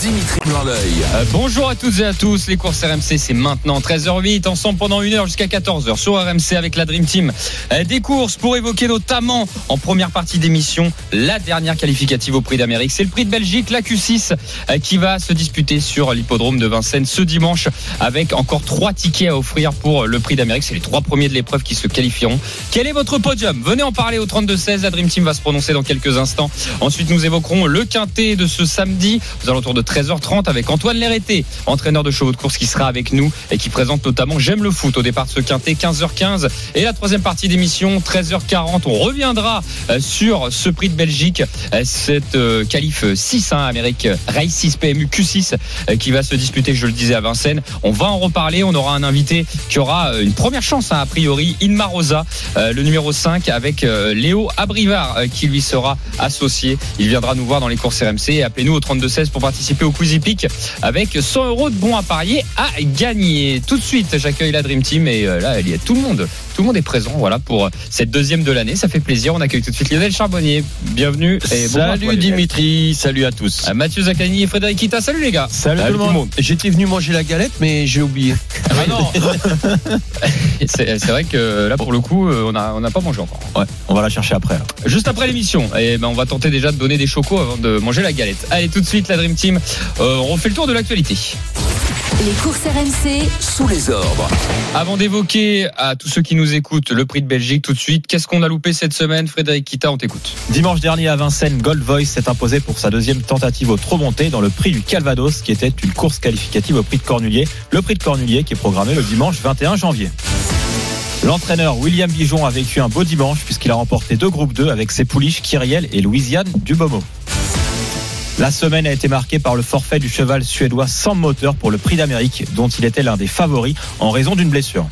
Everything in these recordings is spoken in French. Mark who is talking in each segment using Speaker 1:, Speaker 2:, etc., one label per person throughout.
Speaker 1: Dimitri Blanleuil.
Speaker 2: Euh, Bonjour à toutes et à tous, les courses RMC c'est maintenant 13h08, ensemble pendant 1h jusqu'à 14h sur RMC avec la Dream Team. Euh, Des courses pour évoquer notamment en première partie d'émission la dernière qualificative au Prix d'Amérique. C'est le Prix de Belgique, la Q6, euh, qui va se disputer sur l'hippodrome de Vincennes ce dimanche avec encore trois tickets à offrir pour le Prix d'Amérique. C'est les trois premiers de l'épreuve qui se qualifieront. Quel est votre podium Venez en parler au 32-16, la Dream Team va se prononcer dans quelques instants. Ensuite, nous évoquerons le quintet de ce samedi aux alentours de 13h30 avec Antoine Lérité, entraîneur de chevaux de course qui sera avec nous et qui présente notamment J'aime le foot au départ de ce quintet 15h15 et la troisième partie d'émission 13h40. On reviendra euh, sur ce prix de Belgique, euh, cette euh, qualif 6 hein, Amérique Race 6 PMU Q6 euh, qui va se disputer, je le disais à Vincennes. On va en reparler, on aura un invité qui aura euh, une première chance hein, a priori, Inma Rosa, euh, le numéro 5 avec euh, Léo Abrivard euh, qui lui sera associé. Il viendra nous voir dans les courses RMC et appelez-nous au 32-16 pour participer au Quizy Pick avec 100 euros de bons à parier à gagner. Tout de suite, j'accueille la Dream Team et euh, là, il y a tout le monde. Tout le monde est présent voilà, pour euh, cette deuxième de l'année. Ça fait plaisir. On accueille tout de suite Lionel Charbonnier. Bienvenue. Et bonjour à toi,
Speaker 3: Salut
Speaker 2: Lionel.
Speaker 3: Dimitri, salut à tous.
Speaker 2: Euh, Mathieu Zaccani et Frédéric Kita. Salut les gars.
Speaker 3: Salut, tout le monde. J'étais venu manger la galette, mais j'ai oublié.
Speaker 2: Ah non. C'est c'est vrai que là, pour le coup, euh, on n'a on n'a pas mangé encore.
Speaker 3: Ouais, on va la chercher après. hein. alors.
Speaker 2: Juste après l'émission, et ben on va tenter déjà de donner des chocos avant de manger la galette. Allez, tout de suite, la Dream Team. Euh, on refait le tour de l'actualité.
Speaker 4: Les courses RMC.
Speaker 1: Sous les ordres.
Speaker 2: Avant d'évoquer à tous ceux qui nous écoutent le prix de Belgique, tout de suite, qu'est-ce qu'on a loupé cette semaine Frédéric Kita, on t'écoute.
Speaker 5: Dimanche dernier à Vincennes, Gold Voice s'est imposé pour sa deuxième tentative au trop monté dans le prix du Calvados, qui était une course qualificative au prix de Cornulier. Le prix de Cornulier qui est programmé le dimanche 21 janvier. L'entraîneur William Bijon a vécu un beau dimanche puisqu'il a remporté deux groupes 2 avec ses pouliches Kyriel et Louisiane Dubomo. La semaine a été marquée par le forfait du cheval suédois sans moteur pour le prix d'Amérique, dont il était l'un des favoris en raison d'une blessure.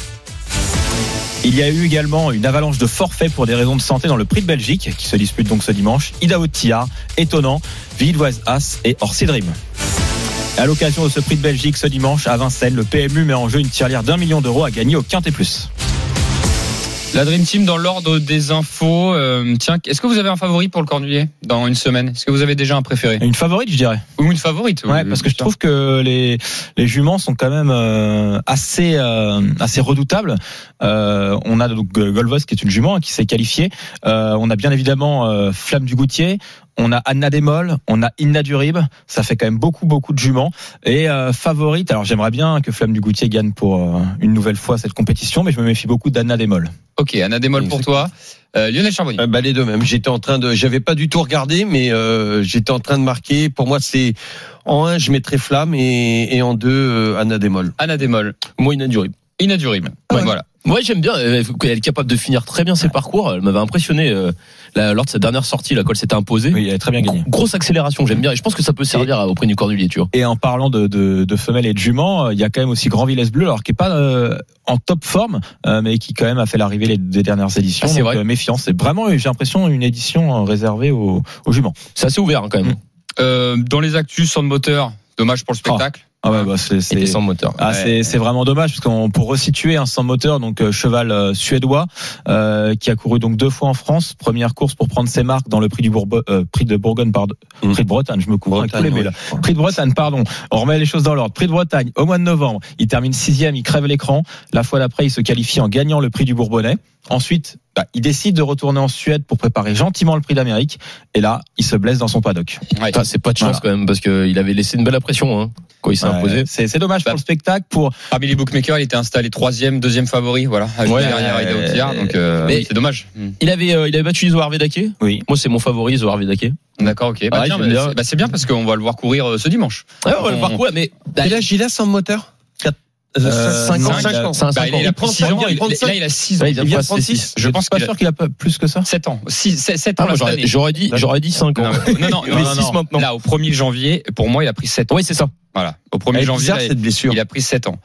Speaker 5: Il y a eu également une avalanche de forfaits pour des raisons de santé dans le prix de Belgique, qui se dispute donc ce dimanche. Idaho Tia, Étonnant, Villevoise As et Orsi Dream. À l'occasion de ce prix de Belgique ce dimanche à Vincennes, le PMU met en jeu une tirelire d'un million d'euros à gagner au Quintet Plus.
Speaker 2: La Dream Team, dans l'ordre des infos, euh, tiens, est-ce que vous avez un favori pour le Cornulier dans une semaine Est-ce que vous avez déjà un préféré
Speaker 5: Une favorite, je dirais.
Speaker 2: Ou une favorite
Speaker 5: Ouais, parce que je trouve que les, les juments sont quand même euh, assez, euh, assez redoutables. Euh, on a donc euh, Golvos qui est une jument hein, qui s'est qualifiée. Euh, on a bien évidemment euh, Flamme du Goutier. On a Anna Desmol, on a Inna Durib, ça fait quand même beaucoup beaucoup de juments et euh, favorite. Alors j'aimerais bien que Flamme du Goutier gagne pour euh, une nouvelle fois cette compétition, mais je me méfie beaucoup d'Anna Desmol.
Speaker 2: Ok, Anna Démol pour toi. Euh, Lionel Charbonnier.
Speaker 3: Euh, bah, les deux même. J'étais en train de, j'avais pas du tout regardé, mais euh, j'étais en train de marquer. Pour moi, c'est en un, je mettrais Flamme et, et en deux, euh, Anna Démol.
Speaker 2: Anna Démol.
Speaker 3: Moi, Inadurib.
Speaker 2: Inadurable.
Speaker 6: ouais.
Speaker 2: Voilà.
Speaker 6: Moi, j'aime bien. euh, Elle est capable de finir très bien ses parcours. Elle m'avait impressionné euh, là, lors de sa dernière sortie, là, quand elle s'était imposée.
Speaker 5: Oui, elle a très bien gagné.
Speaker 6: Gro- Grosse accélération, j'aime bien. Et je pense que ça peut servir à- au prix du Cornulier, tu vois.
Speaker 5: Et en parlant de, de, de femelles et de juments, euh, il y a quand même aussi Grand Villesse Bleu, alors qui est pas euh, en top forme, euh, mais qui quand même a fait l'arrivée les- des dernières éditions.
Speaker 6: Ah, c'est
Speaker 5: donc,
Speaker 6: vrai.
Speaker 5: euh, méfiance. C'est vraiment, euh, j'ai l'impression, une édition euh, réservée aux, aux juments.
Speaker 6: C'est assez ouvert hein, quand
Speaker 5: Mm,
Speaker 6: même.
Speaker 2: Euh, dans les actus, sans de moteur, dommage pour le spectacle.
Speaker 5: Ah ouais, bah, c'est, c'est-
Speaker 6: Et sans moteur.
Speaker 5: Ah, c'est, c'est vraiment dommage parce qu'on pour resituer un sans moteur donc euh, cheval euh, suédois euh, qui a couru donc deux fois en France première course pour prendre ses marques dans le prix du Bourbo- euh, prix de Bourgogne pardon
Speaker 3: Mm.
Speaker 5: prix de Bretagne je me couvre avec tous les
Speaker 3: Bretagne,
Speaker 5: baies, là. prix de Bretagne pardon on remet les choses dans l'ordre prix de Bretagne au mois de novembre il termine sixième il crève l'écran la fois d'après il se qualifie en gagnant le prix du Bourbonnais ensuite bah, il décide de retourner en Suède pour préparer gentiment le prix d'Amérique et là il se blesse dans son paddock
Speaker 2: Ouais.
Speaker 6: Putain, c'est pas de chance
Speaker 5: Voilà.
Speaker 6: quand même parce qu'il avait laissé une belle impression hein, quand il s'est imposé.
Speaker 5: Ouais, c'est, c'est dommage
Speaker 2: Bah.
Speaker 5: pour le spectacle pour
Speaker 2: Parmi les bookmakers, Ah, il était installé troisième, deuxième favori, voilà, juste
Speaker 5: Ouais,
Speaker 2: derrière Aida
Speaker 5: euh,
Speaker 2: Otiar, donc euh,
Speaker 6: mais-
Speaker 2: c'est dommage.
Speaker 6: Il avait, euh, il avait battu Iso Arvedake.
Speaker 5: Oui.
Speaker 6: Moi, c'est mon favori, Iso Arvedake.
Speaker 2: D'accord, ok. Bah,
Speaker 6: Ouais,
Speaker 2: tiens,
Speaker 6: j'aime
Speaker 2: bah,
Speaker 6: bien.
Speaker 2: c'est- bah, c'est bien parce qu'on va le voir courir euh, ce dimanche.
Speaker 6: Ah ouais,
Speaker 2: On-
Speaker 6: le parcours, mais bah,
Speaker 3: Quel âge il a sans moteur Quatre-
Speaker 5: Euh,
Speaker 3: cinq ans,
Speaker 5: non,
Speaker 3: cinq
Speaker 5: il a-
Speaker 3: ans.
Speaker 6: c'est un
Speaker 2: Bah, il,
Speaker 6: cinq ans.
Speaker 2: il a
Speaker 3: prend
Speaker 2: six
Speaker 3: cinq,
Speaker 2: ans,
Speaker 3: il
Speaker 2: il-
Speaker 3: prend cinq.
Speaker 2: là il a 6 ans,
Speaker 6: Ouais, il vient
Speaker 5: il
Speaker 6: de
Speaker 5: vient de
Speaker 6: passer six.
Speaker 5: 36
Speaker 2: Je pense
Speaker 5: pas
Speaker 2: qu'il a-
Speaker 5: sûr qu'il a pas plus que ça
Speaker 2: 7 ans, 7 ans
Speaker 6: Ah,
Speaker 2: là,
Speaker 6: moi,
Speaker 2: cette
Speaker 6: j'aurais-
Speaker 2: année.
Speaker 6: J'aurais dit, j'aurais dit 5 ans.
Speaker 2: Non, non, non,
Speaker 6: mais
Speaker 2: non,
Speaker 6: six
Speaker 2: non.
Speaker 6: maintenant.
Speaker 2: Là, au 1er janvier, pour moi, il a pris 7 ans.
Speaker 6: Oui, c'est ça. Bah,
Speaker 2: Voilà, au 1er
Speaker 6: Eh,
Speaker 3: Elle est
Speaker 2: janvier,
Speaker 3: bizarre
Speaker 2: là,
Speaker 3: cette blessure.
Speaker 2: il a pris 7 ans.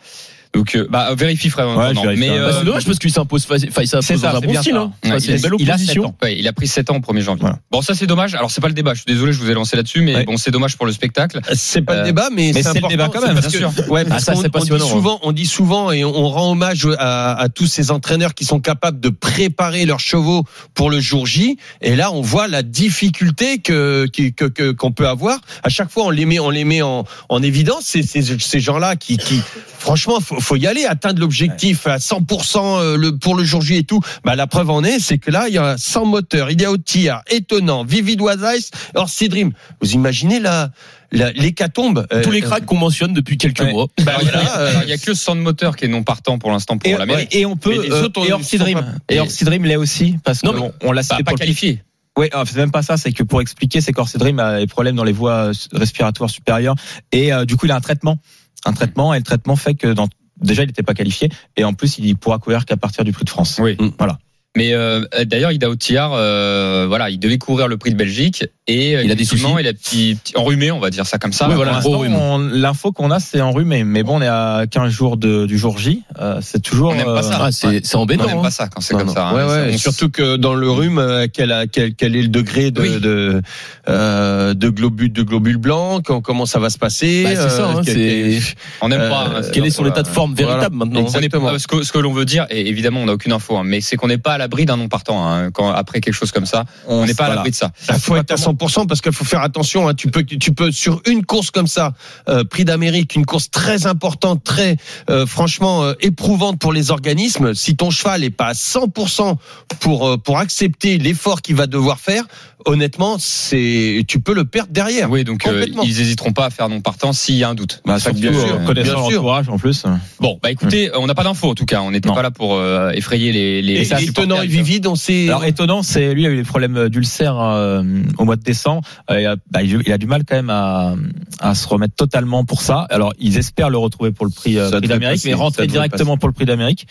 Speaker 2: Donc, euh, bah, vérifie, frère.
Speaker 5: Ouais, je vérifie.
Speaker 2: mais
Speaker 5: Bah,
Speaker 2: euh,
Speaker 6: hein. c'est dommage parce qu'il s'impose facile. Enfin, il
Speaker 5: C'est
Speaker 6: s'impose
Speaker 5: ça,
Speaker 6: dans un
Speaker 5: c'est
Speaker 6: bon
Speaker 5: bien
Speaker 6: style.
Speaker 5: ça.
Speaker 6: hein.
Speaker 2: Ouais,
Speaker 6: Enfin,
Speaker 2: il
Speaker 6: c'est
Speaker 2: a-
Speaker 6: une belle
Speaker 2: il a sept
Speaker 6: opposition.
Speaker 2: ans. Ouais, il a pris 7 ans au 1er janvier.
Speaker 5: Voilà.
Speaker 2: Bon, ça c'est dommage. Alors c'est pas le débat. Je suis désolé, je vous ai lancé là-dessus, mais
Speaker 5: Ouais.
Speaker 2: bon, c'est dommage pour le spectacle.
Speaker 3: C'est pas
Speaker 2: Euh,
Speaker 3: le débat, mais,
Speaker 5: mais c'est le
Speaker 3: important,
Speaker 5: débat quand
Speaker 3: c'est
Speaker 5: même,
Speaker 3: parce
Speaker 2: bien
Speaker 3: que- Ouais, parce
Speaker 6: ça,
Speaker 3: qu'on-
Speaker 6: c'est
Speaker 3: on dit
Speaker 6: passionnant,
Speaker 3: souvent, on dit souvent et on rend hommage à, à tous ces entraîneurs qui sont capables de préparer leurs chevaux pour le jour J. Et là, on voit la difficulté que qui- que- que- qu'on peut avoir. À chaque fois, on les met, on les met en, en évidence. Ces, ces, ces gens-là qui, qui, franchement, faut, faut y aller, atteindre l'objectif à 100% euh, le, pour le jour J et tout. Bah, la preuve en est, c'est que là, il y a 100 moteurs, il y a Otiar, étonnant, Vivid Oisice, Orsi Dream. Vous imaginez la, la, l'hécatombe euh,
Speaker 6: Tous les cracks qu'on mentionne depuis quelques
Speaker 2: Ouais.
Speaker 6: mois.
Speaker 2: Alors, il y a-
Speaker 3: voilà, euh,
Speaker 2: alors, il y a que Sand Moteur qui est non partant pour l'instant pour
Speaker 5: Et,
Speaker 2: la mairie.
Speaker 5: et on peut.
Speaker 3: Oh, Mais les
Speaker 5: euh,
Speaker 3: autres, on-
Speaker 5: et Orsi
Speaker 3: ils sont
Speaker 5: Dream.
Speaker 3: pas-
Speaker 5: Et Orsi Dream l'est aussi. Parce
Speaker 6: Non,
Speaker 5: que
Speaker 6: mais-
Speaker 5: on- on l'a
Speaker 2: Bah,
Speaker 5: cité
Speaker 2: pas
Speaker 5: pour-
Speaker 2: qualifié.
Speaker 5: Ouais, euh, c'est même pas ça, c'est que pour expliquer, c'est qu'Orsi Dream a des problèmes dans les voies euh, respiratoires supérieures et euh, du coup, il a un traitement. Un traitement et le traitement fait que dans déjà il n'était pas qualifié et en plus il pourra courir qu'à partir du prix de France.
Speaker 2: Oui.
Speaker 5: Mm. Voilà.
Speaker 2: Mais euh, d'ailleurs, Ida Otiar, euh, voilà, il devait courir le Prix de Belgique et euh,
Speaker 6: Il a des
Speaker 2: effectivement,
Speaker 6: soucis.
Speaker 2: Il a petit, petit- enrhumé, on va dire ça comme ça.
Speaker 6: Ouais,
Speaker 5: Pour
Speaker 6: voilà,
Speaker 5: l'instant,
Speaker 6: gros rhume.
Speaker 5: on- L'info qu'on a c'est enrhumé mais bon on est à 15 jours de- du jour J, euh, c'est toujours
Speaker 2: On n'aime pas ça.
Speaker 6: Ah, c'est c'est
Speaker 2: On n'aime
Speaker 6: embêtant. hein.
Speaker 2: pas ça quand c'est
Speaker 3: Non,
Speaker 2: comme
Speaker 3: non.
Speaker 2: ça.
Speaker 3: Ouais,
Speaker 2: hein.
Speaker 3: ouais,
Speaker 2: On-
Speaker 3: Surtout que dans le rhume, euh, quel, a- quel, quel est le degré de,
Speaker 2: Oui.
Speaker 3: de, euh, de, globules, de globules blancs, quand- comment ça va se passer
Speaker 6: Bah, c'est ça,
Speaker 3: euh,
Speaker 6: hein,
Speaker 3: quel-
Speaker 6: c'est-
Speaker 2: on n'aime
Speaker 3: Euh,
Speaker 2: pas. hein,
Speaker 6: Quel est
Speaker 2: c'est-
Speaker 6: son état de forme
Speaker 3: voilà.
Speaker 6: véritable maintenant hein.
Speaker 2: On n'est
Speaker 3: Exactement.
Speaker 2: pas- ce que, ce que l'on veut dire, et évidemment on n'a aucune info, hein, mais c'est qu'on n'est pas à l'abri d'un non partant. hein, quand, après quelque chose comme ça, on n'est pas à
Speaker 5: voilà.
Speaker 2: l'abri de ça.
Speaker 3: Il faut être à 100% parce qu'il faut faire attention. hein. Tu peux, tu peux sur une course comme ça, euh, Prix d'Amérique, une course très importante, très euh, franchement euh, éprouvante pour les organismes. Si ton cheval est pas à 100% pour euh, pour accepter l'effort qu'il va devoir faire, honnêtement, c'est tu peux le perdre derrière.
Speaker 2: Oui, donc euh,
Speaker 3: Complètement.
Speaker 2: ils n'hésiteront pas à faire non partant s'il y a un doute.
Speaker 5: Bah,
Speaker 2: Ça,
Speaker 5: surtout,
Speaker 2: bien sûr,
Speaker 5: euh, connaissant
Speaker 3: bien sûr.
Speaker 5: l'entourage en plus.
Speaker 2: Bon, bah écoutez, on n'a pas d'infos en tout cas. On n'était
Speaker 5: Non.
Speaker 2: pas là pour euh, effrayer les. les
Speaker 3: Et,
Speaker 2: les
Speaker 3: et tenant
Speaker 2: supporters.
Speaker 3: et vivide, on sait.
Speaker 5: Alors étonnant, c'est lui a eu des problèmes d'ulcère euh, au mois de décembre. Euh, il, a, bah, il il a du mal quand même à, à se remettre totalement pour ça. Alors ils espèrent le retrouver pour le prix, euh,
Speaker 3: Ça
Speaker 5: prix
Speaker 3: devrait
Speaker 5: d'Amérique,
Speaker 3: passer,
Speaker 5: mais
Speaker 3: ça
Speaker 5: rentrer
Speaker 3: devrait
Speaker 5: directement pour le prix d'Amérique.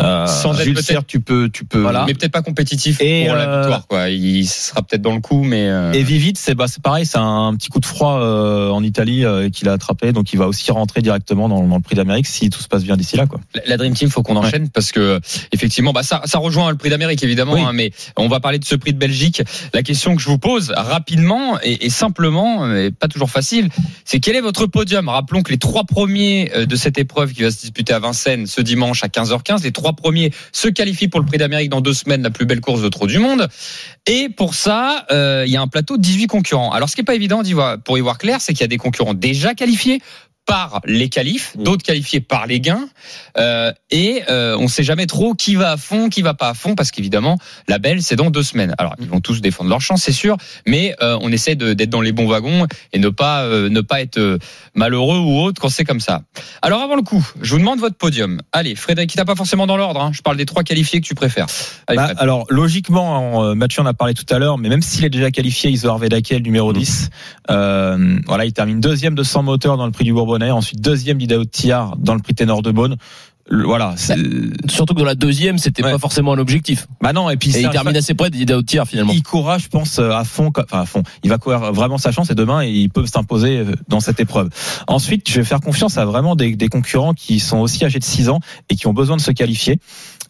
Speaker 5: Euh,
Speaker 2: Sans être
Speaker 3: Jules
Speaker 2: peut-être-
Speaker 3: Serre, tu peux, tu peux.
Speaker 5: Voilà.
Speaker 2: Mais peut-être pas compétitif
Speaker 5: Et,
Speaker 2: pour la
Speaker 5: euh,
Speaker 2: victoire. Quoi. Il sera peut-être dans le coup, mais. euh,
Speaker 5: et Vivid, c'est bah, c'est pareil, c'est un petit coup de froid euh, en Italie euh, qu'il a attrapé, donc il va aussi rentrer directement dans, dans le prix d'Amérique si tout se passe bien d'ici là. Quoi.
Speaker 2: La- La Dream Team, faut qu'on enchaîne parce que effectivement, bah ça, ça rejoint le prix d'Amérique évidemment,
Speaker 5: Oui.
Speaker 2: hein, mais on va parler de ce prix de Belgique. La question que je vous pose rapidement et, et simplement, euh, et pas toujours facile, c'est quel est votre podium Rappelons que les trois premiers euh, de cette épreuve qui va se disputer à Vincennes ce dimanche à 15h15, les trois premiers se qualifient pour le prix d'Amérique dans deux semaines, la plus belle course de trop du monde. Et pour ça, euh, il y a un plateau de 18 concurrents. Alors ce qui est pas évident d'y voir- pour y voir clair, c'est qu'il y a des concurrents déjà qualifiés par les qualifs, d'autres qualifiés par les gains. Euh, et euh, on ne sait jamais trop qui va à fond, qui va pas à fond, parce qu'évidemment, la belle, c'est dans deux semaines. Alors, ils vont tous défendre leur chance, c'est sûr, mais euh, on essaie de- d'être dans les bons wagons et ne pas, euh, ne pas être euh, malheureux ou autre quand c'est comme ça. Alors, avant le coup, je vous demande votre podium. Allez, Frédéric, qui t'a pas forcément dans l'ordre, hein. je parle des trois qualifiés que tu préfères.
Speaker 6: Ah,
Speaker 2: Allez,
Speaker 5: Bah,
Speaker 2: Fred.
Speaker 5: alors logiquement, en, euh, Mathieu en a parlé tout à l'heure, mais même s'il est déjà qualifié, Iso Arvedake, le numéro
Speaker 6: Mm.
Speaker 5: 10, euh, voilà, il termine deuxième de 100 moteurs dans le prix du Bourbonnais, ensuite deuxième d'Idaho Tillard dans le prix Ténor de Beaune. Le- Voilà. c'est-
Speaker 6: Bah, Surtout que dans la deuxième, c'était
Speaker 5: Ouais.
Speaker 6: pas forcément un objectif.
Speaker 5: Bah non, et puis
Speaker 6: Et
Speaker 5: ça-
Speaker 6: il termine assez près d'idée au tir finalement.
Speaker 5: il courra, je pense, à fond, co- enfin à fond. Il va courir vraiment sa chance et demain, il peut s'imposer euh, dans cette épreuve. Ensuite, je vais faire confiance à vraiment des, des concurrents qui sont aussi âgés de 6 ans et qui ont besoin de se qualifier.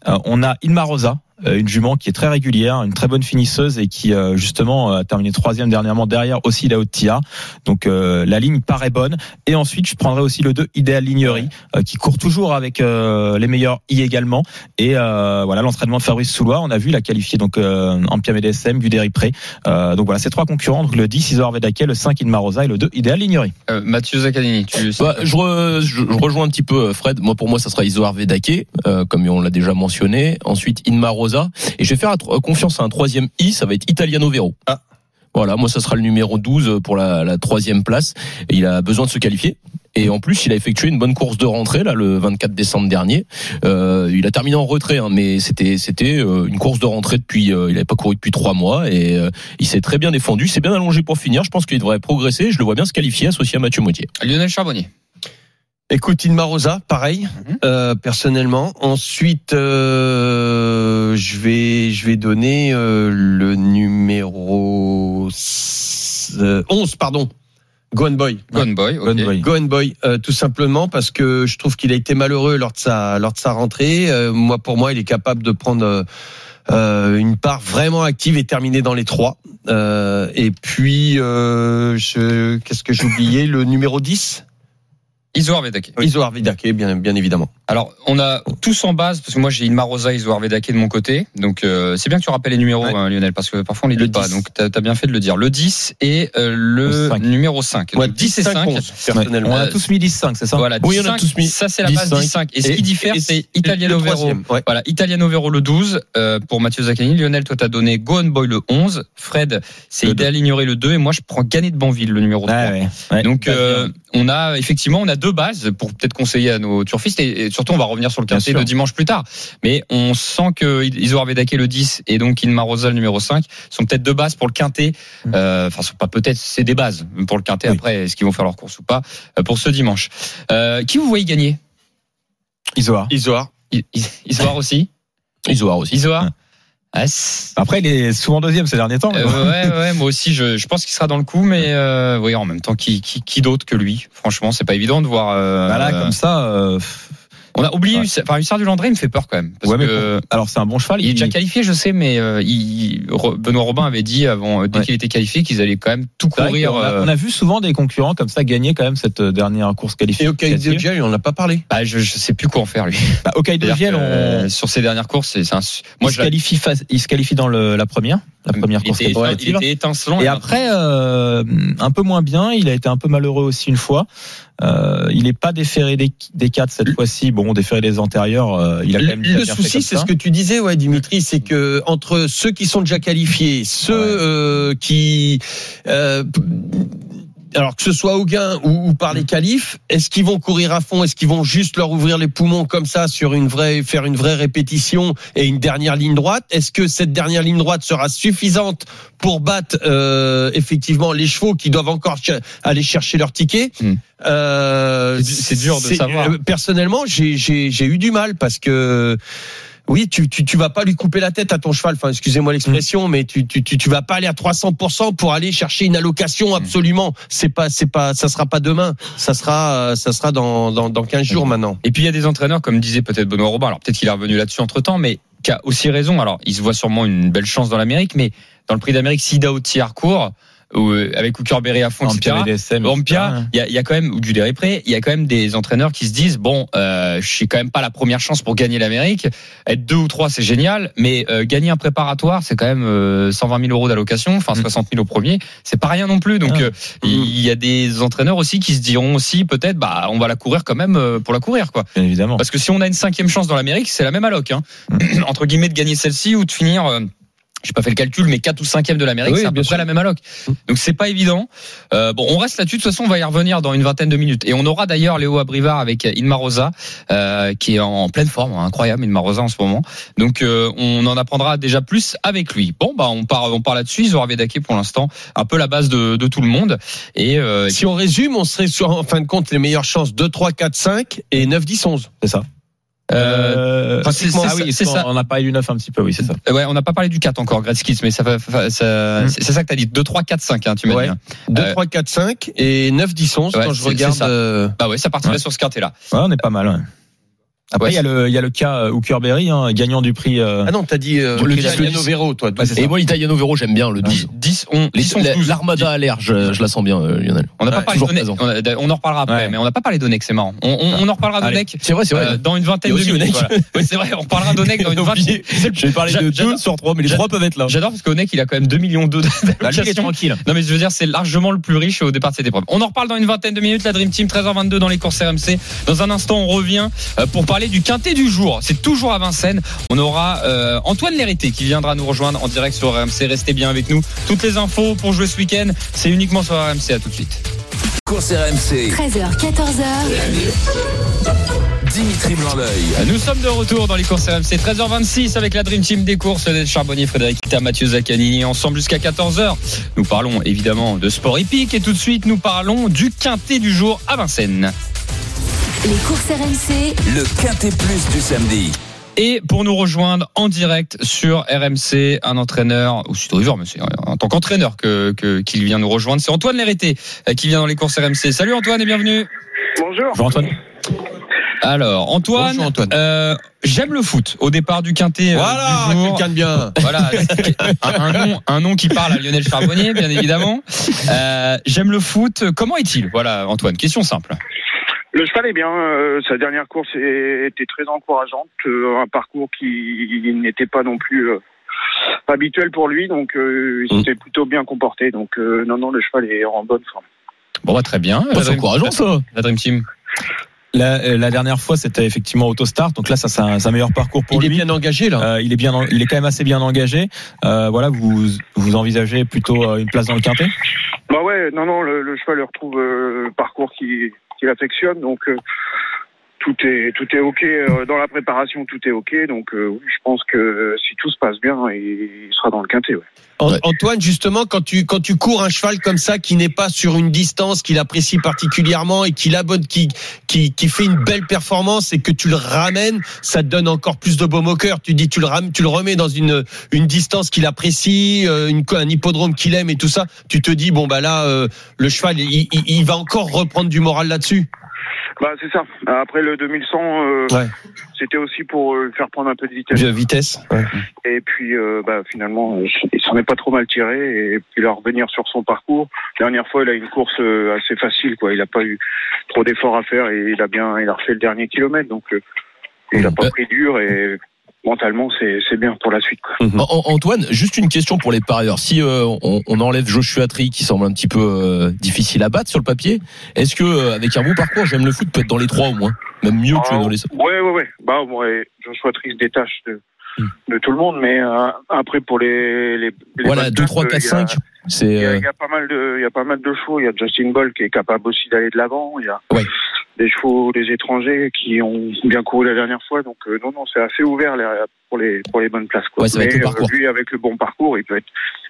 Speaker 5: Euh, on a Ilma Rosa, euh, une jument qui est très régulière, une très bonne finisseuse et qui, euh, justement, euh, a terminé troisième dernièrement derrière aussi la haute Tia. Donc, euh, la ligne paraît bonne. Et ensuite, je prendrai aussi le 2, Ideal Lignerie, euh, qui court toujours avec euh, les meilleurs I également. Et euh, voilà, l'entraînement de Fabrice Soulois, on a vu la qualifier donc euh, Ampia MDSM, Guderi Pré. Euh, donc voilà, ces trois concurrents, donc le 10 Isor Vedake, le 5 Ilma Rosa et le 2 Ideal Lignerie.
Speaker 2: Euh, Mathieu Zaccanini, tu
Speaker 6: Bah, je, re- je- je rejoins un petit peu euh, Fred. Moi, pour moi, ça sera Isoar Vedake, euh, comme on l'a déjà mentionné. Ensuite, Inma Rosa. Et je vais faire un tro- euh, confiance à un troisième I, ça va être Italiano Vero.
Speaker 3: Ah.
Speaker 6: Voilà, moi, ça sera le numéro 12 pour la, la troisième place. Et il a besoin de se qualifier. Et en plus, il a effectué une bonne course de rentrée là le 24 décembre dernier. Euh, il a terminé en retrait, hein, mais c'était c'était euh, une course de rentrée depuis. euh, il n'avait pas couru depuis trois mois et euh, il s'est très bien défendu. Il s'est bien allongé pour finir. Je pense qu'il devrait progresser. Je le vois bien se qualifier, associé à Mathieu Mautier.
Speaker 2: Lionel Charbonnier.
Speaker 3: Écoute, Inma Rosa, pareil,
Speaker 2: Mhm.
Speaker 3: euh, personnellement. Ensuite, euh, je vais je vais donner euh, le numéro s- euh, 11, pardon. Gone Boy.
Speaker 2: Gone Boy, ok.
Speaker 5: Gone Boy.
Speaker 3: Gohan Boy, euh, tout simplement parce que je trouve qu'il a été malheureux lors de sa lors de sa rentrée. Euh, moi, pour moi, il est capable de prendre euh, euh, une part vraiment active et terminer dans les trois. Euh, et puis, euh, je- qu'est-ce que j'ai oublié Le numéro 10
Speaker 2: Iso Arvedake.
Speaker 3: Iso Arvidake, bien, bien évidemment.
Speaker 2: Alors, on a tous en base, parce que moi j'ai une Marosa Iso Arvedake de mon côté. Donc, euh, c'est bien que tu rappelles les numéros,
Speaker 3: Ouais.
Speaker 2: hein, Lionel, parce que parfois on les
Speaker 3: Le
Speaker 2: dit pas.
Speaker 3: 10.
Speaker 2: Donc, t'as as bien fait de le dire. Le 10 et euh, le
Speaker 5: Le cinq.
Speaker 2: numéro 5.
Speaker 3: Moi,
Speaker 2: Donc, 10 et 5.
Speaker 3: 11, personnellement.
Speaker 5: On a
Speaker 2: Euh,
Speaker 5: tous mis 10-5, c'est ça
Speaker 2: Voilà,
Speaker 6: Oui,
Speaker 2: 10,
Speaker 6: on a
Speaker 2: 5,
Speaker 6: tous mis
Speaker 2: Ça, c'est la
Speaker 6: 10,
Speaker 2: base 10, 5. Et ce qui diffère,
Speaker 3: et-
Speaker 2: c'est
Speaker 3: et
Speaker 2: Italiano
Speaker 3: le
Speaker 2: Vero.
Speaker 3: troisième, ouais.
Speaker 2: Voilà, Italiano Vero le 12 euh, pour Mathieu Zaccanini. Lionel, toi, t'as donné Gone Boy le 11. Fred, c'est
Speaker 5: Le
Speaker 2: idéal ignorer le 2. Et moi, je prends Gagné de Banville, le numéro 3.
Speaker 5: Ouais, ouais, ouais.
Speaker 2: Donc
Speaker 5: Pas
Speaker 2: euh,
Speaker 5: bien.
Speaker 2: on a effectivement on a deux bases pour peut-être conseiller à nos turfistes et, et surtout on va revenir sur le
Speaker 5: Bien
Speaker 2: quartier
Speaker 5: sûr.
Speaker 2: de dimanche plus tard. Mais on sent que Iso Arvedake le 10 et donc Inma Rosa le numéro 5 sont peut-être deux bases pour le quintet. Euh, Enfin sont pas peut-être c'est des bases pour le quintet
Speaker 5: Mmh. Oui.
Speaker 2: après est-ce qu'ils vont faire leur course ou pas euh, pour ce dimanche. Euh, qui vous voyez gagner
Speaker 5: Isoar.
Speaker 3: Isoar.
Speaker 2: I- I- Isoar aussi
Speaker 6: Isoar aussi.
Speaker 2: Isoar Ah, c'est-
Speaker 5: Après, il est souvent deuxième ces derniers temps.
Speaker 2: euh, ouais, ouais, moi aussi, je, je pense qu'il sera dans le coup, mais euh, oui, en même temps, qui, qui, qui d'autre que lui Franchement, c'est pas évident de voir. euh,
Speaker 5: Voilà,
Speaker 2: euh,
Speaker 5: Bah comme ça. euh, pff.
Speaker 2: On a oublié
Speaker 5: Ouais.
Speaker 2: Hussard, enfin, Hussard du Landry, il me fait peur quand même. Parce
Speaker 5: Ouais, mais
Speaker 2: que
Speaker 5: Alors, c'est un bon cheval.
Speaker 2: il est déjà qualifié, je sais, mais euh, il- Re- Benoît Robin avait dit avant, euh, dès
Speaker 5: Ouais.
Speaker 2: qu'il était qualifié, qu'ils allaient quand même tout
Speaker 5: C'est vrai
Speaker 2: courir.
Speaker 5: qu'on a-
Speaker 2: euh,
Speaker 5: on a vu souvent des concurrents comme ça gagner quand même cette euh, dernière course
Speaker 3: Et
Speaker 5: qualifiée.
Speaker 3: Hokkaido Jai, on n'en a pas parlé.
Speaker 2: bah, je, je sais plus quoi en faire, lui.
Speaker 5: Bah, Hokkaido
Speaker 2: C'est-à-dire
Speaker 5: Giel,
Speaker 2: que,
Speaker 5: on,
Speaker 2: euh, Sur ses dernières courses, c'est c'est un.
Speaker 5: Moi,
Speaker 2: Moi,
Speaker 5: il,
Speaker 2: je
Speaker 5: se
Speaker 2: la-
Speaker 5: qualifie face- il se qualifie dans le- la première, la première
Speaker 2: il
Speaker 5: course
Speaker 2: était, il
Speaker 5: qualificative.
Speaker 2: était étincelant.
Speaker 5: Et après, euh, un peu moins bien. Il a été un peu malheureux aussi une fois. Euh, il n'est pas déféré des, des quatre cette fois-ci. Bon, déféré des antérieurs. euh, il a quand
Speaker 3: Le,
Speaker 5: même bien
Speaker 3: le
Speaker 5: fait
Speaker 3: souci,
Speaker 5: comme
Speaker 3: c'est
Speaker 5: ça.
Speaker 3: ce que tu disais, ouais, Dimitri, c'est que entre ceux qui sont déjà qualifiés, ceux
Speaker 5: Ouais.
Speaker 3: euh, qui, euh, p- alors que ce soit au gain ou, ou par les qualifs, est-ce qu'ils vont courir à fond Est-ce qu'ils vont juste leur ouvrir les poumons comme ça sur une vraie, faire une vraie répétition et une dernière ligne droite Est-ce que cette dernière ligne droite sera suffisante pour battre euh, effectivement les chevaux qui doivent encore ch- aller chercher leur ticket
Speaker 2: Mm.
Speaker 3: Euh,
Speaker 2: C'est- c'est dur de savoir.
Speaker 3: euh, personnellement, j'ai- j'ai j'ai eu du mal parce que. Oui, tu, tu, tu vas pas lui couper la tête à ton cheval. Enfin, excusez-moi l'expression, mais tu, tu, tu, tu vas pas aller à 300% pour aller chercher une allocation absolument. C'est pas, c'est pas, ça sera pas demain. Ça sera, euh, ça sera dans, dans, dans 15 jours maintenant.
Speaker 2: Et puis il y a des entraîneurs, comme disait peut-être Benoît Robin, alors peut-être qu'il est revenu là-dessus entre-temps, mais qui a aussi raison. Alors il se voit sûrement une belle chance dans l'Amérique, mais dans le prix d'Amérique, Sidao Tiarcourt, ou, euh, avec Hooker Berry à fond, etc.
Speaker 5: Empire, BDSM, etc.
Speaker 2: Olympia, il y a, il y a quand même, ou du Lépré, il y a quand même des entraîneurs qui se disent bon, euh, je suis quand même pas la première chance pour gagner l'Amérique. Être deux ou trois, c'est génial, mais euh, gagner un préparatoire, c'est quand même euh, 120 000 euros d'allocation, enfin 60 000 au premier, c'est pas rien non plus. Donc
Speaker 5: Ah.
Speaker 2: euh, il y a des entraîneurs aussi qui se diront aussi peut-être, bah, on va la courir quand même euh, pour la courir, quoi.
Speaker 5: Bien évidemment.
Speaker 2: Parce que si on a une cinquième chance dans l'Amérique, c'est la même alloc, hein.
Speaker 3: Mm.
Speaker 2: entre guillemets, de gagner celle-ci ou de finir. euh, j'ai pas fait le calcul, mais 4 ou 5e de l'Amérique,
Speaker 3: Oui,
Speaker 2: c'est à
Speaker 3: bien
Speaker 2: peu près
Speaker 3: sûr. Mm.
Speaker 2: la même alloc. Donc c'est pas évident. Euh, bon, on reste là-dessus. De toute façon, on va y revenir dans une vingtaine de minutes. Et on aura d'ailleurs Léo Abrivard avec Inma Rosa, euh, qui est en pleine forme, hein, incroyable Inma Rosa en ce moment. Donc euh, on en apprendra déjà plus avec lui. Bon, bah on part, on part là-dessus. Ils ont Vedake pour l'instant, un peu la base de, de tout le monde. Et euh,
Speaker 3: Si on résume, on serait sur, en fin de compte, les meilleures chances 2, 3, 4, 5 et 9, 10, 11.
Speaker 5: C'est ça.
Speaker 2: euh,
Speaker 5: Euh,
Speaker 2: enfin, c'est- c'est
Speaker 5: ah
Speaker 2: ça-
Speaker 5: oui,
Speaker 2: c'est
Speaker 5: on-
Speaker 2: ça.
Speaker 5: On a parlé du 9 un petit peu, oui, c'est ça.
Speaker 2: Euh, Ouais, on n'a pas parlé du 4 encore, Gretzky, mais ça, va- fa- ça-
Speaker 5: Mm.
Speaker 2: c'est c'est ça que t'as dit. 2, 3, 4, 5, hein, tu m'as
Speaker 3: Ouais.
Speaker 2: dit. hein.
Speaker 3: 2,
Speaker 2: Ouais.
Speaker 3: 3, 4, 5 et 9, 10, 11
Speaker 2: Ouais,
Speaker 3: quand je
Speaker 2: c'est- c'est
Speaker 3: regarde.
Speaker 2: ça.
Speaker 3: euh,
Speaker 2: Bah ouais, ça partirait
Speaker 5: Ouais.
Speaker 2: sur ce quartet-là.
Speaker 5: Ouais, on est pas mal. ouais. Après,
Speaker 2: Ouais,
Speaker 6: Ah
Speaker 5: il y, a le- il y a le cas euh, Hooker Berry, hein, gagnant du prix. euh,
Speaker 3: Ah non, t'as dit euh,
Speaker 6: Le
Speaker 3: Cristiano
Speaker 6: dix.
Speaker 3: Vero, toi.
Speaker 5: Ouais, c'est ça.
Speaker 6: Et moi, l'Italiano Vero, j'aime bien le 10.
Speaker 2: 10, 11,
Speaker 6: Les-
Speaker 2: 10, 11,
Speaker 6: la-
Speaker 2: 12.
Speaker 6: L'Armada à l'air, je, je la sens bien, euh, Lionel.
Speaker 2: On n'a pas
Speaker 6: Ouais,
Speaker 2: parlé
Speaker 6: toujours
Speaker 2: d'Onek.
Speaker 6: présent. Ah.
Speaker 2: On, a- on en reparlera après,
Speaker 5: Ouais.
Speaker 2: mais on n'a pas parlé d'Onek, c'est marrant. On, on, on en reparlera
Speaker 5: Allez.
Speaker 2: d'Onek
Speaker 6: C'est vrai, c'est vrai.
Speaker 2: euh, dans une vingtaine
Speaker 6: Il y
Speaker 2: de
Speaker 6: a aussi
Speaker 2: minutes.
Speaker 6: Onek.
Speaker 2: voilà. Oui, c'est vrai, on reparlera d'Onek dans une vingtaine.
Speaker 6: Je vais parler de
Speaker 2: J'adore-
Speaker 6: 2 sur 3, mais les
Speaker 2: j'adore-
Speaker 6: 3 peuvent être là.
Speaker 2: J'adore parce qu'Onek, il a quand même 2 millions d'euros
Speaker 6: Bah,
Speaker 5: La Ligue est
Speaker 2: d'allocations.
Speaker 5: tranquille.
Speaker 2: Non mais je veux dire c'est largement le plus riche au départ de cette épreuve. On en reparle dans une vingtaine de minutes la Dream Team 13h22 dans les courses RMC. Dans un instant on revient euh, pour parler du quintet du jour. C'est toujours à Vincennes. On aura euh, Antoine Lérité qui viendra nous rejoindre en direct sur RMC. Restez bien avec nous. Toutes les infos pour jouer ce week-end c'est uniquement sur RMC. À tout de suite.
Speaker 1: Course RMC,
Speaker 4: 13h, 14h.
Speaker 1: Dimitri Blanc-L'œil.
Speaker 2: Euh, Nous sommes de retour dans les courses RMC 13h26 avec la Dream Team des courses des Charbonnier, Frédéric Kita, Mathieu Zaccanini ensemble jusqu'à 14h. Nous parlons évidemment de sport hippique et tout de suite nous parlons du quintet du jour à Vincennes.
Speaker 4: Les courses RMC.
Speaker 1: Le quintet plus du samedi.
Speaker 2: Et pour nous rejoindre en direct sur RMC, un entraîneur, ou Sud River, mais c'est en tant qu'entraîneur que, que- qu'il vient nous rejoindre, c'est Antoine Lérité euh, qui vient dans les courses RMC. Salut Antoine et bienvenue.
Speaker 7: Bonjour.
Speaker 5: Bonjour Antoine.
Speaker 2: Alors Antoine,
Speaker 3: Bonjour, Antoine.
Speaker 2: euh, j'aime le foot au départ du quintet. euh,
Speaker 3: Voilà,
Speaker 2: du jour.
Speaker 3: quelqu'un de bien.
Speaker 2: Voilà, un, un nom, un nom qui parle à Lionel Charbonnier, bien évidemment. Euh, J'aime le foot. Comment est-il Voilà, Antoine, question simple.
Speaker 7: Le cheval est bien. euh, sa dernière course était très encourageante. euh, un parcours qui n'était pas non plus euh, habituel pour lui. Donc, euh, il
Speaker 3: Mm.
Speaker 7: s'était plutôt bien comporté. Donc, euh, non, non, le cheval est en bonne forme.
Speaker 2: Bon, bah, très bien.
Speaker 6: Pas
Speaker 2: La
Speaker 6: c'est
Speaker 2: Dream-
Speaker 6: encourageant Ah, ça.
Speaker 2: La Dream Team.
Speaker 5: La, euh, la dernière fois, c'était effectivement Autostart. Donc là, ça, c'est un, c'est un meilleur parcours pour
Speaker 3: Il est
Speaker 5: lui.
Speaker 3: bien engagé là.
Speaker 5: Euh, il est bien, en- il est quand même assez bien engagé. Euh, voilà, vous vous envisagez plutôt euh, une place dans le quintet
Speaker 7: Bah ouais, non, non, le, le cheval retrouve euh, le parcours qui, qui l'affectionne. Donc, euh, tout est, tout est OK. euh, dans la préparation, tout est OK. Donc, euh, oui, je pense que euh, si tout se passe bien, il, il sera dans le quintet. ouais.
Speaker 3: An-
Speaker 6: Ouais.
Speaker 3: Antoine, justement, quand tu quand tu cours un cheval comme ça qui n'est pas sur une distance qu'il apprécie particulièrement et qu'il abonne, qui, qui qui fait une belle performance et que tu le ramènes, ça te donne encore plus de baume au cœur. Tu dis tu le ram, tu le remets dans une une distance qu'il apprécie, euh, une un hippodrome qu'il aime et tout ça. Tu te dis bon bah là euh, le cheval il, il- il va encore reprendre du moral là-dessus.
Speaker 7: Bah, c'est ça. Après le 2100, euh,
Speaker 3: Ouais.
Speaker 7: c'était aussi pour euh, faire prendre un peu de vitesse.
Speaker 3: De vitesse.
Speaker 7: Et puis euh, bah, finalement, euh, il s'en est pas trop mal tiré. Et puis là, revenir sur son parcours. Dernière fois, il a eu une course euh, assez facile. quoi. Il n'a pas eu trop d'efforts à faire et il a bien, il a refait le dernier kilomètre. Donc euh, il n'a pas pris dur et mentalement, c'est c'est bien pour la suite. Quoi.
Speaker 6: An- Euh, An- Antoine, juste une question pour les parieurs. Si euh, on, on enlève Joshua Tree qui semble un petit peu euh, difficile à battre sur le papier, est-ce que euh, avec un bon parcours, j'aime le foot peut être dans les trois au moins, même mieux que
Speaker 7: Ah,
Speaker 6: dans les.
Speaker 7: Ouais, ouais, ouais. Bah, ouais, Joshua Tree se détache de,
Speaker 6: Hmm.
Speaker 7: de tout le monde, mais euh, après pour les, les, les
Speaker 6: Voilà,
Speaker 7: matchs
Speaker 6: 2, 3,
Speaker 7: simples,
Speaker 6: 4,
Speaker 7: il y a-
Speaker 6: 5 C'est
Speaker 7: Il y, a,
Speaker 6: euh,
Speaker 7: il y a pas mal de, il y a pas mal de chevaux. Il y a Justin Ball qui est capable aussi d'aller de l'avant. Il y a
Speaker 6: Ouais.
Speaker 7: des chevaux, des étrangers qui ont bien couru la dernière fois. Donc euh, non, non, c'est assez ouvert là, pour les pour les bonnes places. Quoi.
Speaker 6: Ouais, ça va être
Speaker 7: Mais,
Speaker 6: le
Speaker 7: euh,
Speaker 6: parcours.
Speaker 7: lui, avec le bon parcours, il peut être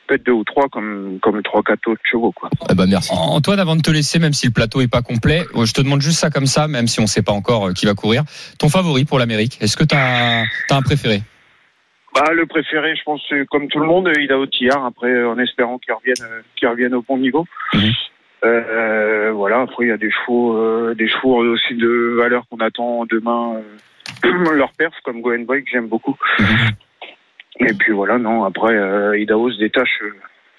Speaker 7: peut être deux ou trois comme comme trois quatre autres chevaux. Quoi.
Speaker 6: ah bah merci.
Speaker 2: Antoine, avant de te laisser, même si le plateau est pas complet, je te demande juste ça comme ça, même si on sait pas encore euh, qui va courir. Ton favori pour l'Amérique, est-ce que tu as, un préféré
Speaker 7: Bah le préféré, je pense, c'est comme tout le monde, il a Otillard. Après, euh, en espérant qu'il revienne euh, qu'il revienne au bon niveau.
Speaker 2: Mhm.
Speaker 7: Euh, euh, voilà. Après, il y a des chevaux, euh, des chevaux aussi de valeur qu'on attend demain. euh, leur perf comme Goenboy que j'aime beaucoup. Et puis voilà, non, après euh, Idaho se détache, euh,